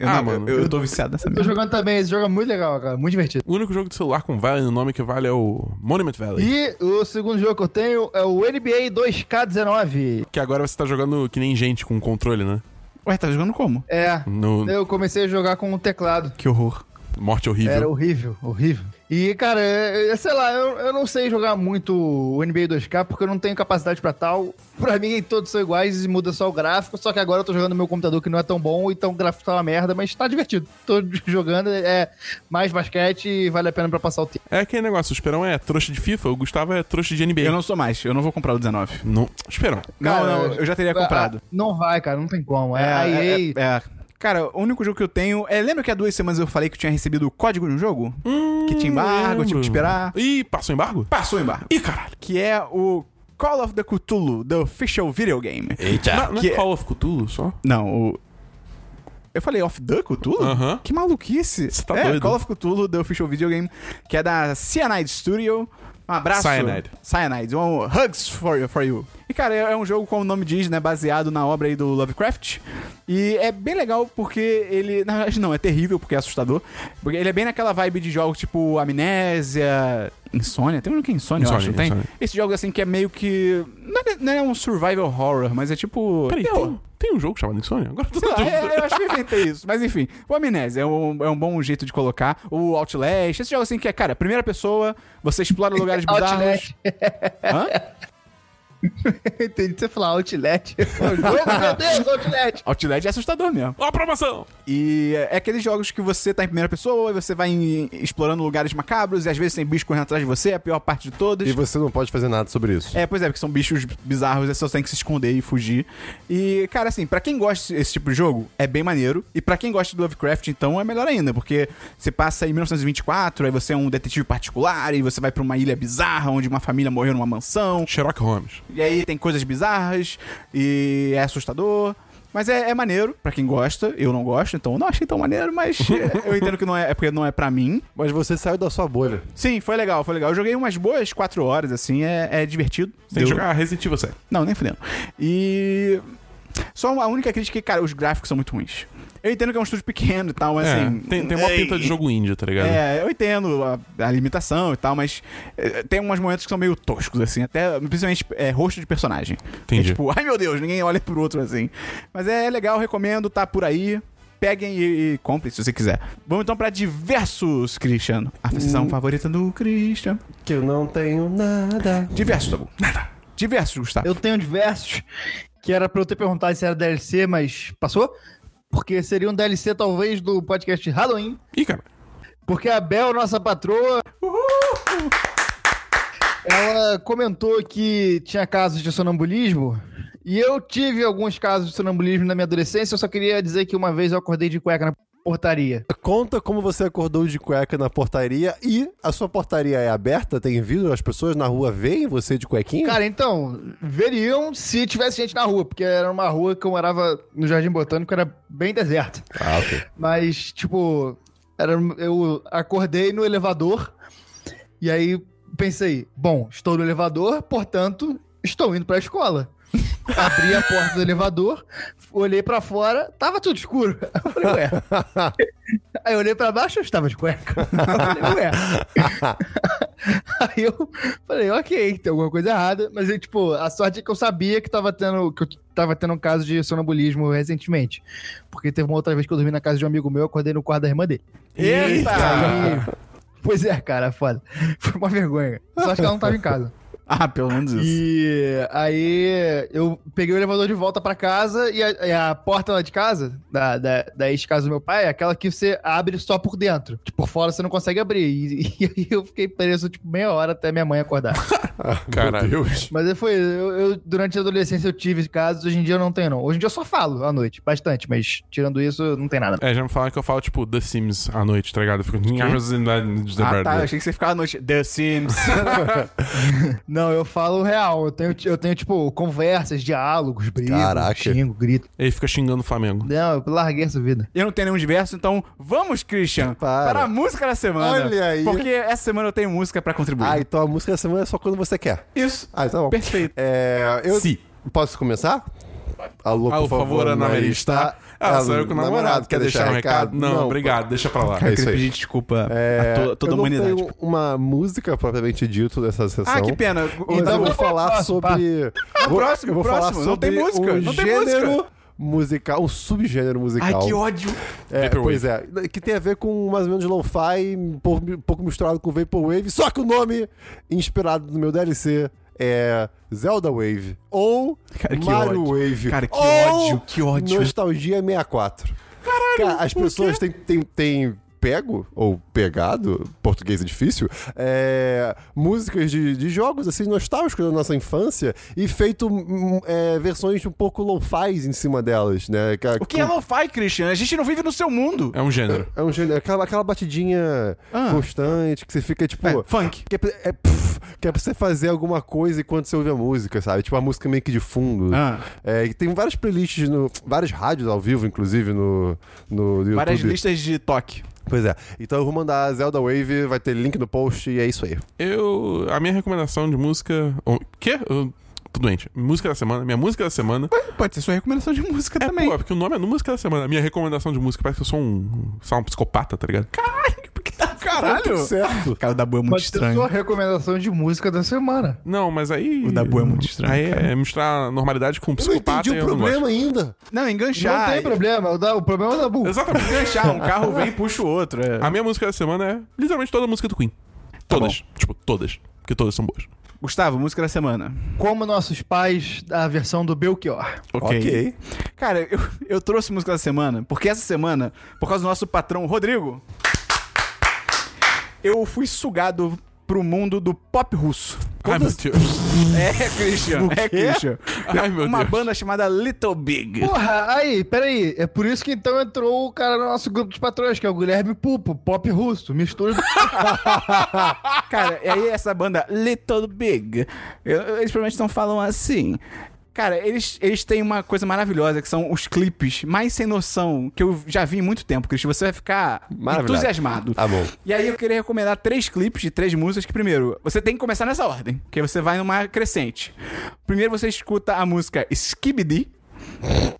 [SPEAKER 1] Eu
[SPEAKER 4] Ah,
[SPEAKER 1] não-
[SPEAKER 4] mano.
[SPEAKER 1] Eu, eu tô viciado nessa
[SPEAKER 3] Tô
[SPEAKER 1] merda.
[SPEAKER 3] jogando também, esse jogo é muito legal, cara, muito divertido.
[SPEAKER 4] O único jogo de celular com Vale no nome que vale é o Monument Valley.
[SPEAKER 3] E o segundo jogo que eu tenho é o NBA 2K19.
[SPEAKER 4] Que agora você tá jogando que nem gente com controle, né?
[SPEAKER 1] Ué, tá jogando como?
[SPEAKER 3] É,
[SPEAKER 4] No
[SPEAKER 3] eu comecei a jogar com o teclado.
[SPEAKER 1] Que horror.
[SPEAKER 4] Morte Horrível.
[SPEAKER 3] Era horrível, horrível. E, cara, é- é- sei lá, eu, eu não sei jogar muito o NBA 2K porque eu não tenho capacidade pra tal. Pra mim, todos são iguais e muda só o gráfico. Só que agora eu tô jogando no meu computador que não é tão bom, então o gráfico tá uma merda, mas tá divertido. Tô jogando, é mais basquete e vale a pena pra passar o tempo.
[SPEAKER 4] É aquele negócio, o Esperão é trouxa de FIFA, o Gustavo é trouxa de NBA.
[SPEAKER 1] Eu não sou mais, eu não vou comprar o 19.
[SPEAKER 4] Não- Esperão.
[SPEAKER 1] Não,
[SPEAKER 3] Cara,
[SPEAKER 1] não, eu já teria
[SPEAKER 3] Ah,
[SPEAKER 1] É comprado.
[SPEAKER 3] Não vai, cara, não tem como. É, a EA.
[SPEAKER 1] é, é. Cara, o único jogo que eu tenho é. Lembra que há duas semanas eu falei que eu tinha recebido o código de um jogo?
[SPEAKER 4] Hum.
[SPEAKER 1] que tinha embargo, eu tive que esperar.
[SPEAKER 4] Ih, passou embargo?
[SPEAKER 1] Passou o embargo.
[SPEAKER 4] Ih, caralho.
[SPEAKER 1] Que é o Call of the Cthulhu, The Official Video Game.
[SPEAKER 4] Não, não
[SPEAKER 1] Que-
[SPEAKER 4] é Call of Cthulhu só?
[SPEAKER 1] Não, o. Eu falei Off the Cthulhu?
[SPEAKER 4] Aham.
[SPEAKER 1] Que maluquice.
[SPEAKER 4] Você tá
[SPEAKER 1] é,
[SPEAKER 4] doido.
[SPEAKER 1] Call of Cthulhu, The Official Video Game, que é da Cyanide Studio. Um abraço.
[SPEAKER 4] Cyanide.
[SPEAKER 1] Cyanide. Um hugs for you. For you. E, cara, é é um jogo, como o nome diz, né? Baseado na obra aí do Lovecraft. E é bem legal porque ele... Na verdade, não. É terrível porque é assustador. Porque ele é bem naquela vibe de jogos tipo Amnésia... Insônia? Tem um que é Insônia, eu
[SPEAKER 4] Insônia,
[SPEAKER 1] acho, não tem?
[SPEAKER 4] Insônia.
[SPEAKER 1] Esse jogo, assim, que é meio que... Não é, não é um survival horror, mas é tipo...
[SPEAKER 4] Peraí,
[SPEAKER 1] terror.
[SPEAKER 4] tem, tem um jogo chamado Insônia? Agora eu tô
[SPEAKER 1] Sei
[SPEAKER 4] na
[SPEAKER 1] lá,
[SPEAKER 4] dúvida.
[SPEAKER 1] é, eu acho que eu inventei isso. Mas enfim, o Amnésia é um, é um bom jeito de colocar. O Outlast, esse jogo assim que é, cara, primeira pessoa, você explora lugares bizarros.
[SPEAKER 3] Outlast.
[SPEAKER 1] Hã?
[SPEAKER 3] Entendi que você falar Outlet. O jogo, meu Deus, Outlet.
[SPEAKER 1] Outlet é assustador mesmo.
[SPEAKER 4] Ó, a promoção!
[SPEAKER 1] E é aqueles jogos que você tá em primeira pessoa e você vai em- explorando lugares macabros e às vezes tem bicho correndo atrás de você, é a pior parte de todas.
[SPEAKER 2] E você não pode fazer nada sobre isso.
[SPEAKER 1] É, pois é, porque são bichos bizarros, você só tem que se esconder e fugir. E, cara, assim, pra quem gosta desse tipo de jogo, é bem maneiro. E pra quem gosta de Lovecraft, então, é melhor ainda, porque você passa em 1924, aí você é um detetive particular, e você vai pra uma ilha bizarra, onde uma família morreu numa mansão,
[SPEAKER 4] Sherlock Holmes.
[SPEAKER 1] e aí tem coisas bizarras, e é assustador. Mas é, é maneiro, pra quem gosta. Eu não gosto, então eu não achei tão maneiro, mas é, eu entendo que não é, é porque não é pra mim.
[SPEAKER 2] Mas você saiu da sua bolha.
[SPEAKER 1] Sim, foi legal, foi legal. Eu joguei umas boas quatro horas, assim, é, é divertido.
[SPEAKER 4] Tem que
[SPEAKER 1] Eu-
[SPEAKER 4] jogar Resident Evil 7.
[SPEAKER 1] não, nem fudendo. E. Só a única crítica é que, cara, os gráficos são muito ruins. Eu entendo que é um estúdio pequeno e tal, mas
[SPEAKER 4] É,
[SPEAKER 1] assim.
[SPEAKER 4] tem, tem uma
[SPEAKER 1] é,
[SPEAKER 4] pinta de jogo índio, tá ligado?
[SPEAKER 1] É, eu entendo a, a limitação e tal, mas é, tem umas momentos que são meio toscos, assim, até principalmente é, rosto de personagem.
[SPEAKER 4] Entendi.
[SPEAKER 1] É tipo, ai meu Deus, ninguém olha pro outro assim. Mas é legal, recomendo, tá por aí. Peguem e, e comprem se você quiser. Vamos então pra diversos, Christian. A sessão favorita do Christian. tá
[SPEAKER 2] Que eu não tenho nada.
[SPEAKER 1] Diversos, Tabu. Nada. Diversos, Gustavo.
[SPEAKER 3] Eu tenho diversos que era pra eu ter perguntado se era DLC, mas passou. Porque seria um DLC talvez do podcast Halloween.
[SPEAKER 4] Ih, cara.
[SPEAKER 3] Porque a Bel, nossa patroa, ela comentou que tinha casos de sonambulismo. E eu tive alguns casos de sonambulismo na minha adolescência. Eu só queria dizer que uma vez eu acordei de cueca na portaria.
[SPEAKER 2] Conta como você acordou de cueca na portaria e a sua portaria é aberta, tem vidro, as pessoas na rua veem você de cuequinha?
[SPEAKER 3] Cara, então, veriam se tivesse gente na rua, porque era uma rua que eu morava no Jardim Botânico, era bem deserta.
[SPEAKER 2] Ah, ok.
[SPEAKER 3] Mas, tipo, era, eu acordei no elevador e aí pensei, bom, estou no elevador, portanto, estou indo pra escola. Abri a porta do elevador, olhei pra fora, tava tudo escuro. Aí eu falei, ué. Aí eu olhei pra baixo, eu estava de cueca. Aí eu falei, ué. Aí eu falei, ok, tem alguma coisa errada. Mas, aí, tipo, a sorte é que eu sabia que tava tendo, que eu tava tendo um caso de sonambulismo recentemente. Porque teve uma outra vez que eu dormi na casa de um amigo meu, eu acordei no quarto da irmã dele.
[SPEAKER 1] Ah.
[SPEAKER 3] Aí- Pois é, cara, foda. Foi uma vergonha. Só acho que ela não tava em casa.
[SPEAKER 1] Ah, pelo menos isso.
[SPEAKER 3] E aí eu peguei o elevador de volta pra casa e a, e a porta lá de casa, da, da, da ex-casa do meu pai, é aquela que você abre só por dentro. Tipo, por fora você não consegue abrir. E, e aí eu fiquei preso, tipo, meia hora até minha mãe acordar.
[SPEAKER 4] Caralho.
[SPEAKER 3] Mas aí foi, eu, eu- durante a adolescência eu tive casos, hoje em dia eu não tenho, não. Hoje em dia eu só falo à noite, bastante, mas tirando isso, não tem nada.
[SPEAKER 4] É, já me falaram que eu falo, tipo, The Sims à noite, tá ligado? Eu fico...
[SPEAKER 1] Ah, tá. Eu achei que você ficava à noite. The Sims.
[SPEAKER 3] Não, eu falo real. Eu tenho, eu tenho tipo, conversas, diálogos, brigas,
[SPEAKER 2] Caraca.
[SPEAKER 3] xingo, grito.
[SPEAKER 4] Ele fica xingando o Flamengo.
[SPEAKER 3] Não, eu larguei essa vida.
[SPEAKER 1] eu não tenho nenhum diverso, então vamos, Christian,
[SPEAKER 2] Para.
[SPEAKER 1] para a música da semana.
[SPEAKER 2] Olha aí.
[SPEAKER 1] Porque essa semana eu tenho música pra contribuir.
[SPEAKER 2] Ah, então a música da semana é só quando você quer.
[SPEAKER 1] Isso.
[SPEAKER 2] Ah, tá bom.
[SPEAKER 1] Perfeito.
[SPEAKER 2] É, eu
[SPEAKER 4] Sim.
[SPEAKER 2] posso começar? Alô,
[SPEAKER 4] Ah,
[SPEAKER 2] por favor,
[SPEAKER 4] analista.
[SPEAKER 2] analista.
[SPEAKER 4] Ah, saiu com o namorado. Quer deixar um recado? Não, obrigado. Deixa pra lá.
[SPEAKER 1] eu
[SPEAKER 2] É isso
[SPEAKER 1] queria
[SPEAKER 2] aí.
[SPEAKER 1] pedir desculpa
[SPEAKER 2] É,
[SPEAKER 1] a to- toda
[SPEAKER 2] eu
[SPEAKER 1] a
[SPEAKER 2] não
[SPEAKER 1] humanidade.
[SPEAKER 2] tenho uma música propriamente dito dessa sessão.
[SPEAKER 1] Ah, que pena.
[SPEAKER 2] Mas eu
[SPEAKER 1] Então,
[SPEAKER 2] vou falar
[SPEAKER 3] próximo, pá.
[SPEAKER 2] sobre. vou-
[SPEAKER 1] próximo,
[SPEAKER 2] eu vou falar
[SPEAKER 1] próximo.
[SPEAKER 2] sobre
[SPEAKER 1] Não tem música,
[SPEAKER 2] um
[SPEAKER 1] não tem
[SPEAKER 2] gênero
[SPEAKER 1] música.
[SPEAKER 2] musical, um subgênero
[SPEAKER 1] ai,
[SPEAKER 2] musical.
[SPEAKER 1] que ódio.
[SPEAKER 2] É,
[SPEAKER 4] Vaporwave.
[SPEAKER 2] pois é, que tem a ver com mais ou menos lo-fi, um pouco um pouco misturado com Vaporwave, só que o nome inspirado no meu DLC é Zelda Wave ou
[SPEAKER 1] Cara, que
[SPEAKER 2] Mario
[SPEAKER 1] ódio.
[SPEAKER 2] Wave.
[SPEAKER 1] Cara, que
[SPEAKER 2] ou
[SPEAKER 1] ódio, que ódio.
[SPEAKER 2] Nostalgia 64. Caralho, Cara, as pessoas têm, têm, têm pego, ou pegado, português é difícil, é, músicas de, de jogos, assim, nostálgicos da nossa infância e feito hum, é, versões um pouco lo-fi em cima delas, né?
[SPEAKER 1] O que é lo-fi, Christian? A gente não vive no seu mundo.
[SPEAKER 4] É um gênero.
[SPEAKER 2] É um gênero, aquela, aquela batidinha
[SPEAKER 1] Ah.
[SPEAKER 2] constante que você fica tipo.
[SPEAKER 1] É, funk.
[SPEAKER 2] Que é, pra- é, pff, que é pra você fazer alguma coisa enquanto você ouve a música, sabe? Tipo, a música meio que de fundo.
[SPEAKER 1] Ah.
[SPEAKER 2] É, e tem várias playlists, no, várias rádios ao vivo, inclusive, no, no YouTube.
[SPEAKER 1] Várias listas de toque.
[SPEAKER 2] Pois é. Então eu vou mandar Zelda Wave, vai ter link no post e é isso aí.
[SPEAKER 4] Eu. A minha recomendação de música. O quê? Eu... Tô doente. Música da semana. Minha música da semana.
[SPEAKER 1] Pode ser sua recomendação de música
[SPEAKER 4] É,
[SPEAKER 1] também.
[SPEAKER 4] pô, é porque o nome é no música da semana. Minha recomendação de música parece que eu sou um. Só um psicopata, tá ligado?
[SPEAKER 1] Caralho, porque tá
[SPEAKER 2] Tudo
[SPEAKER 1] caralho.
[SPEAKER 2] certo.
[SPEAKER 1] O cara da boa é muito
[SPEAKER 3] Pode ser
[SPEAKER 1] estranho.
[SPEAKER 3] sua recomendação de música da semana.
[SPEAKER 4] Não, mas aí.
[SPEAKER 1] O Dabu é muito estranho,
[SPEAKER 4] Aí
[SPEAKER 1] cara.
[SPEAKER 4] é misturar normalidade com
[SPEAKER 2] Eu não
[SPEAKER 4] psicopata.
[SPEAKER 2] entendi o
[SPEAKER 4] e eu não
[SPEAKER 2] problema ainda.
[SPEAKER 1] Não, enganchar.
[SPEAKER 3] não tem problema, o, da- o problema é o Dabu.
[SPEAKER 4] gosto. Exatamente.
[SPEAKER 1] Enganchar. Um carro vem e puxa o outro. é. Tá
[SPEAKER 4] A minha música da semana é literalmente toda a música do Queen. Todas. tipo, todas. Porque todas são boas.
[SPEAKER 1] Gustavo, música da semana.
[SPEAKER 3] Como Nossos Pais, a versão do Belchior.
[SPEAKER 1] Ok.
[SPEAKER 2] Ok.
[SPEAKER 1] Cara, eu, eu trouxe música da semana, porque essa semana, por causa do nosso patrão Rodrigo, eu fui sugado pro mundo do pop russo.
[SPEAKER 4] Ai, meu Deus.
[SPEAKER 1] É, Christian. É, Christian.
[SPEAKER 4] Ai, meu
[SPEAKER 1] Uma
[SPEAKER 4] Deus.
[SPEAKER 1] banda chamada Little Big.
[SPEAKER 3] Porra, aí, peraí. É por isso que então entrou o cara no nosso grupo dos patrões, que é o Guilherme Pupo, pop russo, mistura do...
[SPEAKER 1] Cara, e aí essa banda Little Big, eu- eu- eles provavelmente não falam assim. Cara, eles, eles têm uma coisa maravilhosa, que são os clipes mais sem noção, que eu já vi em muito tempo, Cristian. Você vai ficar
[SPEAKER 2] Maravilhoso.
[SPEAKER 1] entusiasmado.
[SPEAKER 2] Tá bom.
[SPEAKER 1] E aí eu queria recomendar três clipes de três músicas que, primeiro, você tem que começar nessa ordem, que aí você vai numa crescente. Primeiro você escuta a música Skibidi.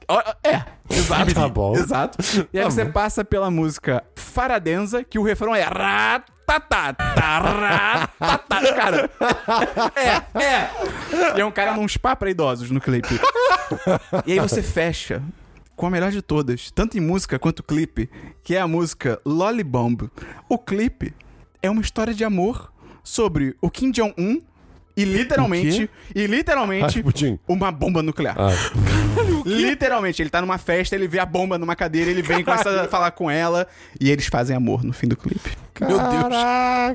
[SPEAKER 1] Ó, É, exato.
[SPEAKER 2] Tá bom. Tá
[SPEAKER 1] Exato. E aí você passa pela música Faradenza, que o refrão é ratatatá, ratatatá. Cara, é, é. E é um cara num spa pra idosos no clipe. E aí você fecha com a melhor de todas, tanto em música quanto clipe, que é a música Lollybomb. O clipe é uma história de amor sobre o Kim Jong-un e literalmente, e
[SPEAKER 4] Ah,
[SPEAKER 1] literalmente
[SPEAKER 2] Rasputin.
[SPEAKER 1] uma bomba nuclear. Literalmente, ele tá numa festa, ele vê a bomba numa cadeira, ele vem e começa a falar com ela e eles fazem amor no fim do clipe.
[SPEAKER 4] Meu Deus.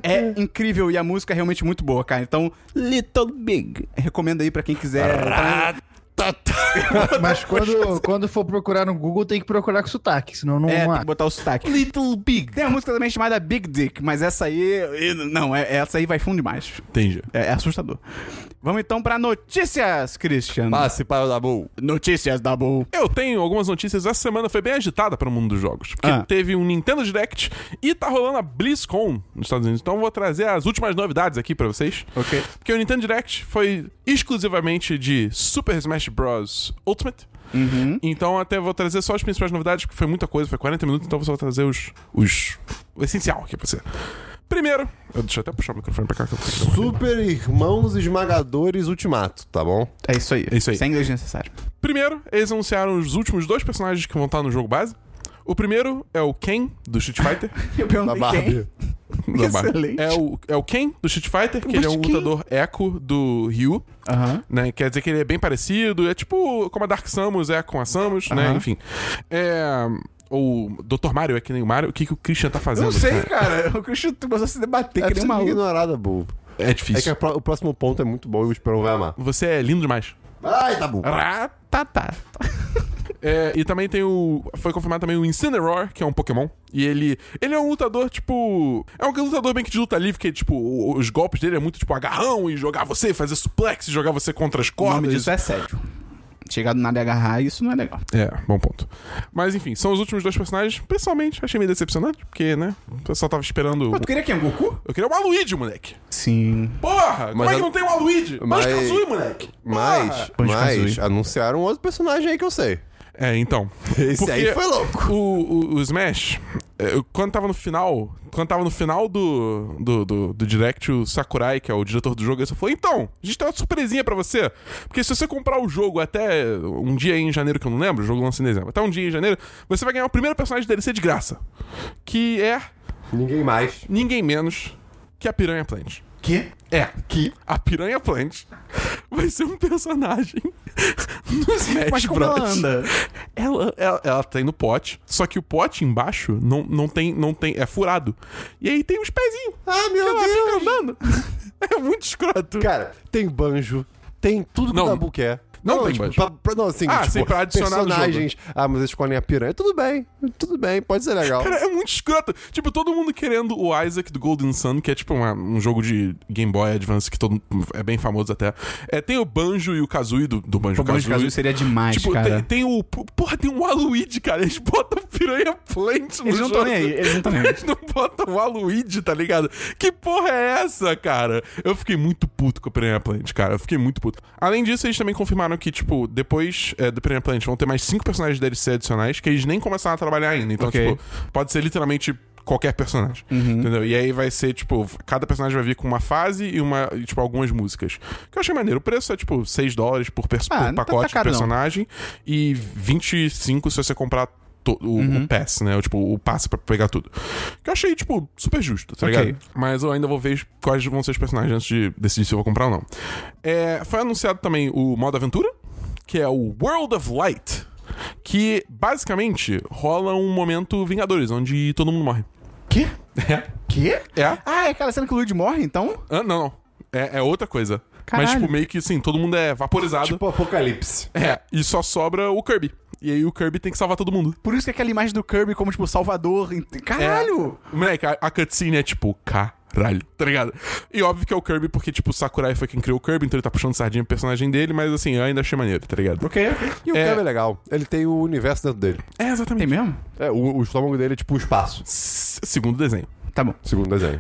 [SPEAKER 1] É incrível e a música é realmente muito boa, cara. Então, Little Big, recomendo aí pra quem quiser. Pra-
[SPEAKER 3] Mas quando, quando for procurar no Google, tem que procurar com sotaque, senão não,
[SPEAKER 1] É,
[SPEAKER 3] não
[SPEAKER 1] tem
[SPEAKER 3] acha.
[SPEAKER 1] que botar o sotaque. Little Big. Tem a música também chamada Big Dick, mas essa aí. eh, Não, é- essa aí vai fundo demais.
[SPEAKER 4] Entendi.
[SPEAKER 1] É, é assustador. Vamos então pra notícias, Christian.
[SPEAKER 2] Passe para o Dabu.
[SPEAKER 1] Notícias da Bull.
[SPEAKER 4] Eu tenho algumas notícias. Essa semana foi bem agitada para o mundo dos jogos. Porque
[SPEAKER 1] Ah.
[SPEAKER 4] teve um Nintendo Direct e tá rolando a BlizzCon nos Estados Unidos. Então eu vou trazer as últimas novidades aqui para vocês.
[SPEAKER 1] Ok.
[SPEAKER 4] Porque o Nintendo Direct foi exclusivamente de Super Smash Bros. Ultimate.
[SPEAKER 1] Uhum.
[SPEAKER 4] Então até vou trazer só as principais novidades, porque foi muita coisa, foi 40 minutos, então eu só vou trazer os, os o essencial aqui pra você. Primeiro, eu deixa eu até puxar o microfone pra cá que eu consigo.
[SPEAKER 2] Super Irmãos Esmagadores Ultimato, tá bom?
[SPEAKER 1] É isso aí.
[SPEAKER 4] É isso aí.
[SPEAKER 1] Sem inglês necessário.
[SPEAKER 4] Primeiro, eles anunciaram os últimos dois personagens que vão estar no jogo base. O primeiro é o Ken, do Street Fighter.
[SPEAKER 1] Eu perguntei
[SPEAKER 2] Barbie.
[SPEAKER 4] Da Barbie.
[SPEAKER 1] Excelente.
[SPEAKER 4] É o, é o Ken, do Street Fighter, que ele é um
[SPEAKER 1] Mas quem?
[SPEAKER 4] lutador eco do Ryu.
[SPEAKER 1] Aham.
[SPEAKER 4] né? Quer dizer que ele é bem parecido, é tipo como a Dark Samus é com a Samus, né?
[SPEAKER 1] Aham.
[SPEAKER 4] Enfim. É. O Dr. Mario é que nem o Mario. O que, que o Christian tá fazendo?
[SPEAKER 1] Eu não sei,
[SPEAKER 4] cara?
[SPEAKER 1] cara. O Christian começou a se debater
[SPEAKER 2] É
[SPEAKER 1] que
[SPEAKER 2] que
[SPEAKER 1] nem um
[SPEAKER 2] uma
[SPEAKER 1] maluco.
[SPEAKER 2] ignorada, Dabu.
[SPEAKER 4] É
[SPEAKER 2] É
[SPEAKER 4] difícil.
[SPEAKER 2] que a pro- o próximo ponto é muito bom e o Esperão vai amar.
[SPEAKER 4] Você é lindo demais.
[SPEAKER 2] Ai, Dabu.
[SPEAKER 1] Ah. Ratatá.
[SPEAKER 4] É, e também tem o. Foi confirmado também o Incineroar, que é um Pokémon. E ele. Ele é um lutador, tipo. É um lutador bem que de luta livre, que, tipo, o- os golpes dele é muito, tipo, agarrão e jogar você, fazer suplex, e jogar você contra as
[SPEAKER 1] O nome
[SPEAKER 4] cordas.
[SPEAKER 1] disso é sério. Chegar do nada e agarrar, isso não é legal.
[SPEAKER 4] É, bom ponto. Mas enfim, são os últimos dois personagens. Pessoalmente, achei meio decepcionante, porque, né? O pessoal tava esperando. um-
[SPEAKER 1] Pô, tu queria quem? O Goku?
[SPEAKER 4] Eu queria o Aluigi, moleque.
[SPEAKER 1] Sim.
[SPEAKER 4] Porra! como é
[SPEAKER 2] a-
[SPEAKER 4] que não tem o Aluigi?
[SPEAKER 2] Mas-
[SPEAKER 4] Mas Kazooie, moleque!
[SPEAKER 2] Mas,
[SPEAKER 4] Porra!
[SPEAKER 2] mas,
[SPEAKER 1] Banjo-Kazooie.
[SPEAKER 2] anunciaram outro personagem aí que eu sei.
[SPEAKER 4] É, então.
[SPEAKER 2] Esse
[SPEAKER 4] Porque
[SPEAKER 2] aí foi louco.
[SPEAKER 4] O, o, o Smash, é, eu- quando tava no final. Quando tava no final do, do, do, do Direct, o Sakurai, que é o diretor do jogo, ele só falou: Então, a gente tem uma surpresinha pra você. Porque se você comprar o jogo até um dia aí em janeiro, que eu não lembro, o jogo lança em dezembro, até um dia em janeiro, você vai ganhar o primeiro personagem da DLC de graça. Que é
[SPEAKER 2] Ninguém mais.
[SPEAKER 4] ninguém menos que a Piranha Plant.
[SPEAKER 1] Que?
[SPEAKER 4] É, que a Piranha Plant vai ser um personagem no Smash
[SPEAKER 1] Mas como
[SPEAKER 4] Bros.
[SPEAKER 1] ela anda?
[SPEAKER 4] Ela, ela, ela tem no pote, só que o pote embaixo não, não tem, não tem, é furado. E aí tem uns pezinhos.
[SPEAKER 2] Ah, meu
[SPEAKER 4] ela fica
[SPEAKER 2] Deus.
[SPEAKER 4] andando. É muito escroto.
[SPEAKER 2] Cara, tem banjo, tem tudo que
[SPEAKER 4] Não.
[SPEAKER 2] o Dabu quer.
[SPEAKER 4] Não tem
[SPEAKER 2] tipo,
[SPEAKER 4] banjo.
[SPEAKER 2] pra- pra- não, assim,
[SPEAKER 4] Ah,
[SPEAKER 2] tipo,
[SPEAKER 4] sim, pra adicionar no
[SPEAKER 2] personagens. Ah, mas eles escolhem a piranha. Tudo bem, tudo bem, pode ser legal.
[SPEAKER 4] Cara, é muito escroto. Tipo, todo mundo querendo o Isaac do Golden Sun, que é tipo uma- um jogo de Game Boy Advance que todo é bem famoso até. É, tem o Banjo e o Kazooie do, do Banjo
[SPEAKER 1] O Banjo
[SPEAKER 4] Kazooie.
[SPEAKER 1] Kazooie seria demais,
[SPEAKER 4] Tipo,
[SPEAKER 1] cara.
[SPEAKER 4] tem, tem o. Porra, tem um Aluigi, cara. Eles botam Piranha Plant no
[SPEAKER 1] Eles não tão
[SPEAKER 4] um jogo.
[SPEAKER 1] nem aí, eles não tão nem aí.
[SPEAKER 4] Eles não botam o Aluigi, tá ligado? Que porra é essa, cara? Eu fiquei muito puto com o Piranha Plant, cara. Eu fiquei muito puto. Além disso, eles também confirmaram que, tipo, depois é, do Piranha Plant vão ter mais cinco personagens DLC adicionais que eles nem começaram a trabalhar ainda. Então,
[SPEAKER 1] Ok. Uhum.
[SPEAKER 4] tipo, pode ser literalmente. Qualquer personagem. Entendeu? E aí vai ser, tipo, cada personagem vai vir com uma fase e uma, e, tipo, algumas músicas. Que eu achei maneiro. O preço é, tipo, 6 dólares por, perso
[SPEAKER 1] Ah,
[SPEAKER 4] por
[SPEAKER 1] não tá- tá
[SPEAKER 4] pacote de
[SPEAKER 1] caro, não.
[SPEAKER 4] personagem e 25 se você comprar to- o, o pass, né? O, tipo, o passe pra pegar tudo. Que eu achei, tipo, super justo, tá
[SPEAKER 1] Ok.
[SPEAKER 4] ligado? Mas eu ainda vou ver quais vão ser os personagens antes de decidir se eu vou comprar ou não. É, foi anunciado também o modo aventura, que é o World of Light. Que basicamente rola um momento Vingadores, onde todo mundo morre.
[SPEAKER 1] Quê?
[SPEAKER 4] É.
[SPEAKER 1] Quê?
[SPEAKER 4] É?
[SPEAKER 1] Ah, é aquela cena que o Luigi morre, então?
[SPEAKER 4] Ah, não, não. É, é outra coisa. Mas,
[SPEAKER 1] Caralho.
[SPEAKER 4] tipo, meio que assim, todo mundo é vaporizado.
[SPEAKER 2] Tipo Apocalipse.
[SPEAKER 4] É, e só sobra o Kirby. E aí o Kirby tem que salvar todo mundo.
[SPEAKER 1] Por isso que aquela imagem do Kirby como, tipo, salvador. ent- Caralho!
[SPEAKER 4] Moleque, a, a cutscene é tipo, caralho, tá ligado? E óbvio que é o Kirby, porque, tipo, o Sakurai foi quem criou o Kirby, então ele tá puxando sardinha pro personagem dele, mas assim, eu ainda achei maneiro, tá ligado?
[SPEAKER 1] Ok, ok.
[SPEAKER 2] E o é.
[SPEAKER 4] É.
[SPEAKER 2] é legal. Ele tem o universo dentro dele.
[SPEAKER 4] É,
[SPEAKER 1] Tem
[SPEAKER 4] exatamente.
[SPEAKER 1] mesmo?
[SPEAKER 2] É, o, o estômago dele é tipo o espaço.
[SPEAKER 4] S- Segundo desenho.
[SPEAKER 1] Tá bom.
[SPEAKER 2] Segundo desenho.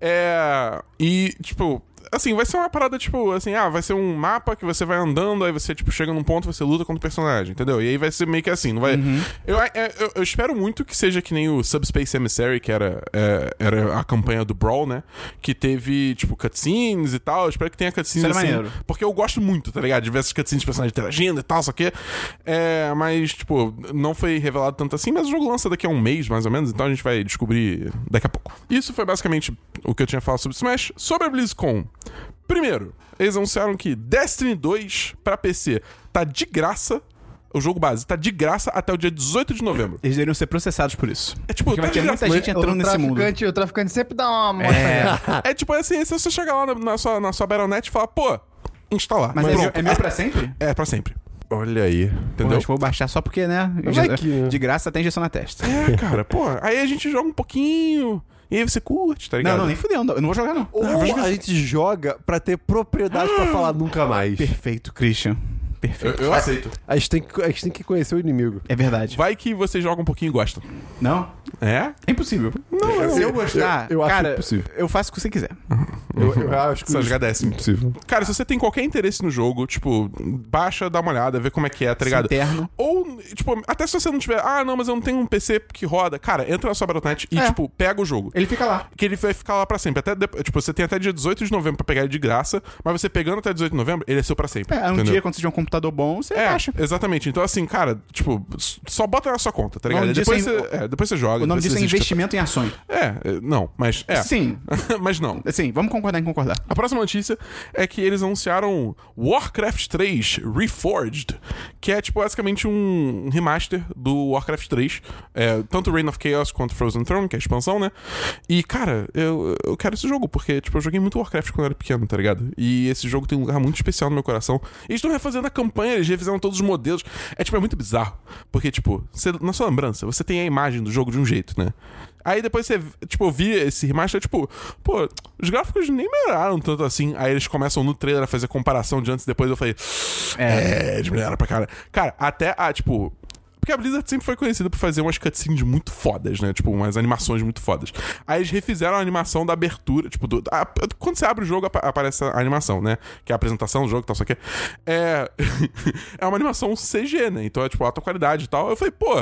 [SPEAKER 4] é. E, tipo. Assim, vai ser uma parada, tipo, assim, ah, vai ser um mapa que você vai andando, aí você, tipo, chega num ponto, você luta contra o personagem, entendeu? E aí vai ser meio que assim, não vai... Eu, é, eu, eu espero muito que seja que nem o Subspace Emissary, que era, é, era a campanha do Brawl, né? Que teve, tipo, cutscenes e tal, eu espero que tenha cutscenes,
[SPEAKER 1] Isso era
[SPEAKER 4] assim,
[SPEAKER 1] maneiro.
[SPEAKER 4] porque eu gosto muito, tá ligado? Diversas cutscenes de personagens interagindo e tal, só que. É, mas, tipo, não foi revelado tanto assim, mas o jogo lança daqui a um mês, mais ou menos, então a gente vai descobrir daqui a pouco. Isso foi basicamente o que eu tinha falado sobre Smash. Sobre a BlizzCon. Primeiro, eles anunciaram que Destiny 2 pra PC tá de graça. O jogo base tá de graça até o dia 18 de novembro.
[SPEAKER 1] Eles deveriam ser processados por isso.
[SPEAKER 4] É tipo,
[SPEAKER 1] Porque
[SPEAKER 4] tá
[SPEAKER 1] vai
[SPEAKER 4] de
[SPEAKER 1] ter
[SPEAKER 4] graça.
[SPEAKER 1] muita gente entrando
[SPEAKER 3] o
[SPEAKER 1] nesse mundo.
[SPEAKER 3] traficante- O traficante sempre dá uma amostra dessa.
[SPEAKER 4] É tipo assim, se você chegar lá na, na sua, na sua Battle.net e falar, pô, instalar.
[SPEAKER 1] Mas é, meu-
[SPEAKER 4] Pronto.
[SPEAKER 1] é meu pra sempre?
[SPEAKER 4] é pra sempre.
[SPEAKER 2] Olha aí.
[SPEAKER 1] Pô,
[SPEAKER 4] Entendeu?
[SPEAKER 1] acho que vou baixar só porque, né?
[SPEAKER 2] Vai
[SPEAKER 1] de-
[SPEAKER 2] que-
[SPEAKER 1] De graça até injeção na testa.
[SPEAKER 4] É, cara, pô, aí a gente joga um pouquinho, e aí você curte, tá ligado?
[SPEAKER 1] Não, não, nem fudeu. não- Eu não vou jogar, não.
[SPEAKER 2] Ou a gente joga pra ter propriedade
[SPEAKER 4] Ah!
[SPEAKER 2] pra falar nunca mais.
[SPEAKER 1] Perfeito, Christian. Perfeito.
[SPEAKER 4] Eu, eu aceito.
[SPEAKER 2] A gente, tem que, a gente tem que conhecer o inimigo.
[SPEAKER 1] É verdade.
[SPEAKER 4] Vai que você joga um pouquinho e gosta.
[SPEAKER 1] Não?
[SPEAKER 4] É?
[SPEAKER 1] É impossível. Se eu gostar,
[SPEAKER 2] eu- eu acho
[SPEAKER 1] cara,
[SPEAKER 2] impossível.
[SPEAKER 1] eu faço o que você quiser.
[SPEAKER 2] Eu, eu acho que
[SPEAKER 4] Só jogar décimo.
[SPEAKER 2] Uhum. impossível.
[SPEAKER 4] Cara, se você tem qualquer interesse no jogo, tipo, baixa, dá uma olhada, vê como é que é, tá ligado?
[SPEAKER 1] Interno.
[SPEAKER 4] Ou, tipo, até se você não tiver, ah, não, mas eu não tenho um PC que roda. Cara, entra na sua Battle.net e,
[SPEAKER 1] É.
[SPEAKER 4] tipo, pega o jogo.
[SPEAKER 1] Ele fica lá.
[SPEAKER 4] Que ele vai ficar lá pra sempre. Até, de- tipo, você tem até dia 18 de novembro pra pegar ele de graça, mas você pegando até 18 de novembro, ele é seu pra sempre.
[SPEAKER 1] É, um
[SPEAKER 4] entendeu?
[SPEAKER 1] dia, quando você tiver um computador bom, você
[SPEAKER 4] É,
[SPEAKER 1] baixa.
[SPEAKER 4] exatamente. Então, assim, cara, tipo, s- só bota na sua conta, tá ligado?
[SPEAKER 1] nome disso
[SPEAKER 4] Depois,
[SPEAKER 1] é in-
[SPEAKER 4] você, é, depois você joga.
[SPEAKER 1] O nome
[SPEAKER 4] depois
[SPEAKER 1] disso é
[SPEAKER 4] você assiste-
[SPEAKER 1] investimento em ações.
[SPEAKER 4] É, é, não, mas é.
[SPEAKER 1] Sim.
[SPEAKER 4] mas não.
[SPEAKER 1] Assim, vamos concordar em concordar.
[SPEAKER 4] A próxima notícia é que eles anunciaram Warcraft 3 Reforged, que é tipo basicamente um remaster do Warcraft 3, é, tanto Reign of Chaos quanto Frozen Throne, que é a expansão, né? E cara, eu, eu quero esse jogo porque tipo eu joguei muito Warcraft quando eu era pequeno, tá ligado? E esse jogo tem um lugar muito especial no meu coração. Eles estão refazendo a campanha, eles refizeram todos os modelos. É tipo é muito bizarro, porque tipo, você- na sua lembrança, você tem a imagem do jogo de um jeito, né? Aí depois você, tipo, eu vi esse remaster, tipo, pô, os gráficos nem melhoraram tanto assim. Aí eles começam no trailer a fazer comparação de antes e depois. Eu falei, é, eles melhoraram pra cara. Cara, até a, tipo. Porque a Blizzard sempre foi conhecida por fazer umas cutscenes muito fodas, né? Tipo, umas animações muito fodas. Aí eles refizeram a animação da abertura, tipo, do- a- quando você abre o jogo, apa- aparece a animação, né? Que é a apresentação do jogo e tal, só que. É. é uma animação CG, né? Então é, tipo, alta qualidade e tal. Eu falei, pô,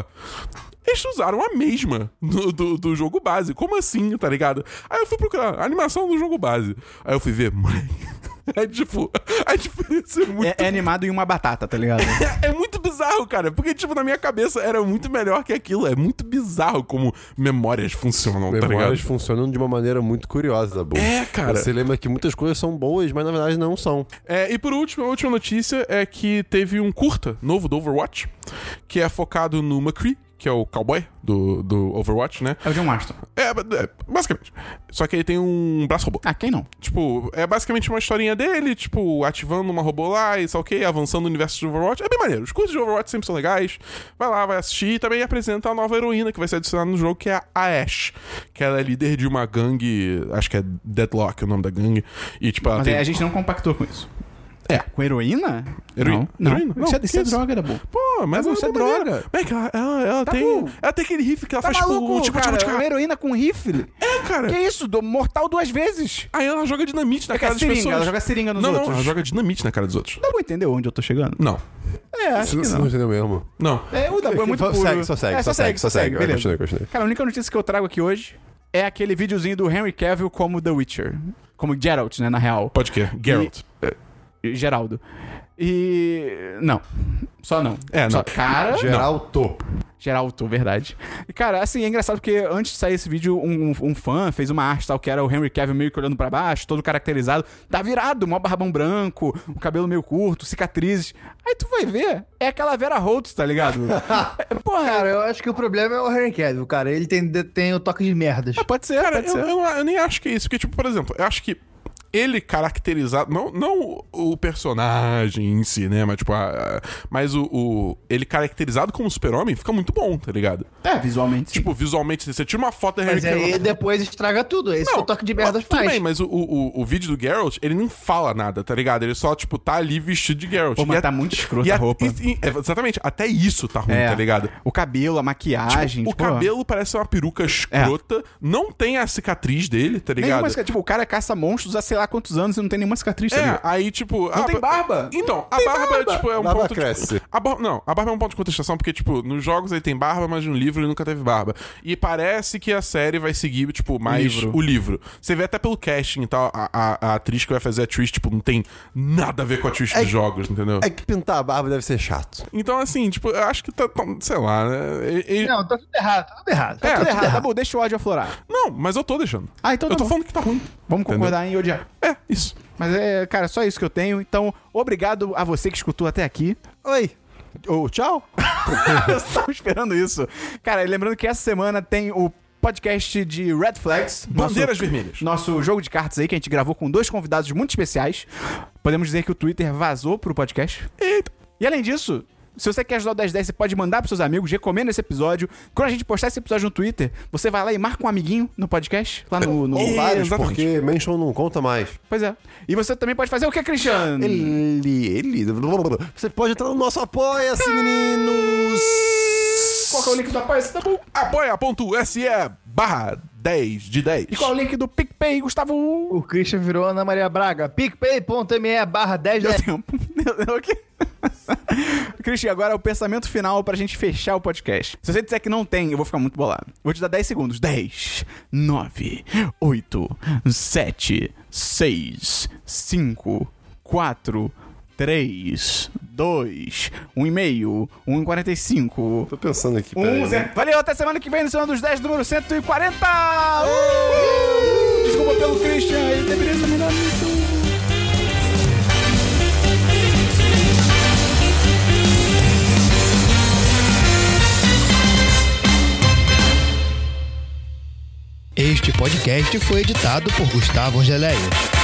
[SPEAKER 4] eles usaram a mesma do, do, do jogo base. Como assim, tá ligado? Aí eu fui procurar a animação do jogo base. Aí eu fui ver, moleque. É tipo, a diferença é muito.
[SPEAKER 1] É, é animado em uma batata, tá ligado?
[SPEAKER 4] É, é muito bizarro, cara. Porque, tipo, na minha cabeça era muito melhor que aquilo. É muito bizarro como memórias funcionam, tá ligado?
[SPEAKER 2] Memórias funcionam de uma maneira muito curiosa, da boa.
[SPEAKER 4] É, cara.
[SPEAKER 2] Você lembra que muitas coisas são boas, mas na verdade não são.
[SPEAKER 4] É, e por último, a última notícia é que teve um curta novo do Overwatch, que é focado no McCree, que é o cowboy do, do Overwatch, né?
[SPEAKER 1] É o John Marston.
[SPEAKER 4] É, é, basicamente. Só que ele tem um braço robô.
[SPEAKER 1] Ah, quem não?
[SPEAKER 4] Tipo, é basicamente uma historinha dele, tipo, ativando uma robô lá e tal, ok, avançando no universo de Overwatch. É bem maneiro. Os cursos de Overwatch sempre são legais. Vai lá, vai assistir. E também apresenta a nova heroína que vai ser adicionada no jogo, que é a Ashe. Que ela é líder de uma gangue, acho que é Deadlock é o nome da gangue. E, tipo, ela
[SPEAKER 1] Mas
[SPEAKER 4] tem...
[SPEAKER 1] aí a gente não compactou com isso.
[SPEAKER 4] É.
[SPEAKER 1] Com heroína?
[SPEAKER 4] Heroína?
[SPEAKER 1] Não. não.
[SPEAKER 4] Heroína? Não,
[SPEAKER 1] Isso é, isso é
[SPEAKER 4] que isso?
[SPEAKER 1] droga, da boa.
[SPEAKER 4] Pô, mas
[SPEAKER 1] Tá bom,
[SPEAKER 4] ela
[SPEAKER 1] isso é
[SPEAKER 4] uma maneira.
[SPEAKER 1] droga. Tá
[SPEAKER 4] Mas que ela, ela, ela tem...
[SPEAKER 1] bom. Tá
[SPEAKER 4] Ela tem aquele riff que ela faz, tipo, tipo, tipo, tipo,
[SPEAKER 1] Uma heroína com rifle?
[SPEAKER 4] É, cara.
[SPEAKER 1] Que isso? Do mortal duas vezes?
[SPEAKER 4] Aí ela joga dinamite na
[SPEAKER 1] É que
[SPEAKER 4] cara
[SPEAKER 1] é
[SPEAKER 4] das
[SPEAKER 1] seringa,
[SPEAKER 4] pessoas.
[SPEAKER 1] ela joga seringa nos
[SPEAKER 4] não,
[SPEAKER 1] outros.
[SPEAKER 4] não, ela joga dinamite na cara dos outros.
[SPEAKER 1] Dá pra entender onde eu tô chegando?
[SPEAKER 4] Não,
[SPEAKER 1] É, acho que
[SPEAKER 2] Você
[SPEAKER 1] não.
[SPEAKER 2] entendeu mesmo.
[SPEAKER 4] não.
[SPEAKER 1] É, o Dabu é muito
[SPEAKER 2] Só
[SPEAKER 1] puro.
[SPEAKER 2] segue, só segue,
[SPEAKER 1] É,
[SPEAKER 2] só segue, só segue. Vai,
[SPEAKER 1] beleza.
[SPEAKER 2] Continua, continua.
[SPEAKER 1] Cara, a única notícia que eu trago aqui hoje é aquele videozinho do Henry Cavill como The Witcher. Como Geralt, né, na real.
[SPEAKER 4] Pode que, Geralt.
[SPEAKER 1] Geraldo. E... não. Só não.
[SPEAKER 4] É,
[SPEAKER 1] Só,
[SPEAKER 4] não.
[SPEAKER 1] cara.
[SPEAKER 2] Geralto.
[SPEAKER 1] Geralto, verdade. E, cara, assim, é engraçado porque antes de sair esse vídeo, um, um- um fã fez uma arte tal, que era o Henry Cavill meio que olhando pra baixo, todo caracterizado. Tá virado, mó barbão branco, o cabelo meio curto, cicatrizes. Aí tu vai ver, é aquela Vera Holtz, tá ligado? É, Porra,
[SPEAKER 3] Cara, eu acho que o problema é o Henry Cavill, cara. Ele tem, tem o toque de merdas.
[SPEAKER 1] pode ser,
[SPEAKER 4] Cara,
[SPEAKER 1] pode
[SPEAKER 4] eu,
[SPEAKER 1] ser.
[SPEAKER 4] eu- eu nem acho que é isso. Porque, tipo, por exemplo, eu acho que ele caracterizado. Não, não o personagem em si, né? Mas, tipo, a- a- mas o, o- Ele caracterizado como super-homem fica muito bom, tá ligado?
[SPEAKER 1] É, visualmente. sim.
[SPEAKER 4] Tipo, visualmente, você tira uma foto da
[SPEAKER 3] Mas
[SPEAKER 4] Henry
[SPEAKER 3] aí
[SPEAKER 4] Cavill-
[SPEAKER 3] depois estraga tudo. É isso que o toque de merdas
[SPEAKER 4] mas tudo
[SPEAKER 3] faz.
[SPEAKER 4] bem, mas o, o, o vídeo do Geralt, ele não fala nada, tá ligado? Ele só, tipo, tá ali vestido de Geralt.
[SPEAKER 1] Pô, mas
[SPEAKER 4] E a-
[SPEAKER 1] tá muito escroto
[SPEAKER 4] e
[SPEAKER 1] a
[SPEAKER 4] a-
[SPEAKER 1] roupa.
[SPEAKER 4] e- e- é, exatamente, até isso tá ruim,
[SPEAKER 1] É.
[SPEAKER 4] tá ligado?
[SPEAKER 1] O cabelo, a maquiagem.
[SPEAKER 4] Tipo, o
[SPEAKER 1] tipo,
[SPEAKER 4] cabelo parece uma
[SPEAKER 1] É.
[SPEAKER 4] peruca escrota, não tem a cicatriz dele, tá
[SPEAKER 1] Nenhuma
[SPEAKER 4] ligado?
[SPEAKER 1] cica- tipo, o cara caça monstros há sei lá quantos anos e não tem nenhuma cicatriz, tá
[SPEAKER 4] É,
[SPEAKER 1] ligado?
[SPEAKER 4] aí, tipo. Não
[SPEAKER 1] tem barba?
[SPEAKER 4] Então, a barba, é, tipo, é um
[SPEAKER 2] Barba
[SPEAKER 4] ponto. de-
[SPEAKER 2] cresce.
[SPEAKER 4] a bar- Não, a barba é um ponto de contestação, porque, tipo, nos jogos ele tem barba, mas no livro ele nunca teve barba. E parece que a série vai seguir, tipo, mais
[SPEAKER 1] Livro.
[SPEAKER 4] o livro. Você vê até pelo casting e tal, a, a- a atriz que vai fazer a Trish, tipo, não tem nada a ver com a Trish dos jogos, entendeu?
[SPEAKER 2] É que pintar a barba deve ser chato.
[SPEAKER 4] Então, assim, tipo, eu acho que tá. tá- sei lá, né? E- e-
[SPEAKER 3] Não, tá tudo errado, tá tudo errado.
[SPEAKER 4] É,
[SPEAKER 1] Tudo errado, tá bom, deixa o ódio aflorar.
[SPEAKER 4] Não, mas eu tô deixando.
[SPEAKER 1] Ah, então
[SPEAKER 4] eu
[SPEAKER 1] tá
[SPEAKER 4] tô
[SPEAKER 1] bom.
[SPEAKER 4] falando que tá ruim.
[SPEAKER 1] Vamos concordar em odiar.
[SPEAKER 4] É, isso.
[SPEAKER 1] Mas é, cara, só isso que eu tenho. Então, obrigado a você que escutou até aqui.
[SPEAKER 2] Oi. Ou tchau.
[SPEAKER 1] eu estava esperando isso. Cara, e lembrando que essa semana tem o podcast de Red Flags. nosso-
[SPEAKER 4] Bandeiras vermelhas.
[SPEAKER 1] Nosso jogo de cartas aí que a gente gravou com dois convidados muito especiais. Podemos dizer que o Twitter vazou pro podcast.
[SPEAKER 4] Eita.
[SPEAKER 1] E além disso, se você quer ajudar o 1010, você pode mandar pros seus amigos, recomenda esse episódio. Quando a gente postar esse episódio no Twitter, você vai lá e marca um amiguinho no podcast, lá no... no-
[SPEAKER 2] Ou vários,
[SPEAKER 4] exatamente.
[SPEAKER 2] porque Mansion não conta mais.
[SPEAKER 1] Pois é. E você também pode fazer o que, Cristiano?
[SPEAKER 2] Ele, ele. Você pode entrar no nosso apoia-se, meninos.
[SPEAKER 1] Qual que é o link do apoia tá bom?
[SPEAKER 4] apoia.se barra 10 de 10.
[SPEAKER 1] E qual é o link do PicPay, Gustavo?
[SPEAKER 3] O Christian virou Ana Maria Braga. picpay.me barra 10
[SPEAKER 1] Deu tempo. Deu- ok. Cristian, agora é o pensamento final pra gente fechar o podcast. Se você disser que não tem, eu vou ficar muito bolado. Vou te dar 10 segundos. 10, 9, 8, 7, 6, 5, 4, 3, 2, 1 e meio, 1 e 45.
[SPEAKER 2] Tô pensando aqui. peraí. né?
[SPEAKER 1] Um, zero. Valeu, até semana que vem no Semana dos 10, número 140! Uhul! Desculpa pelo Christian, ele deveria ser melhor nisso.
[SPEAKER 6] Este podcast foi editado por Gustavo Angeléia.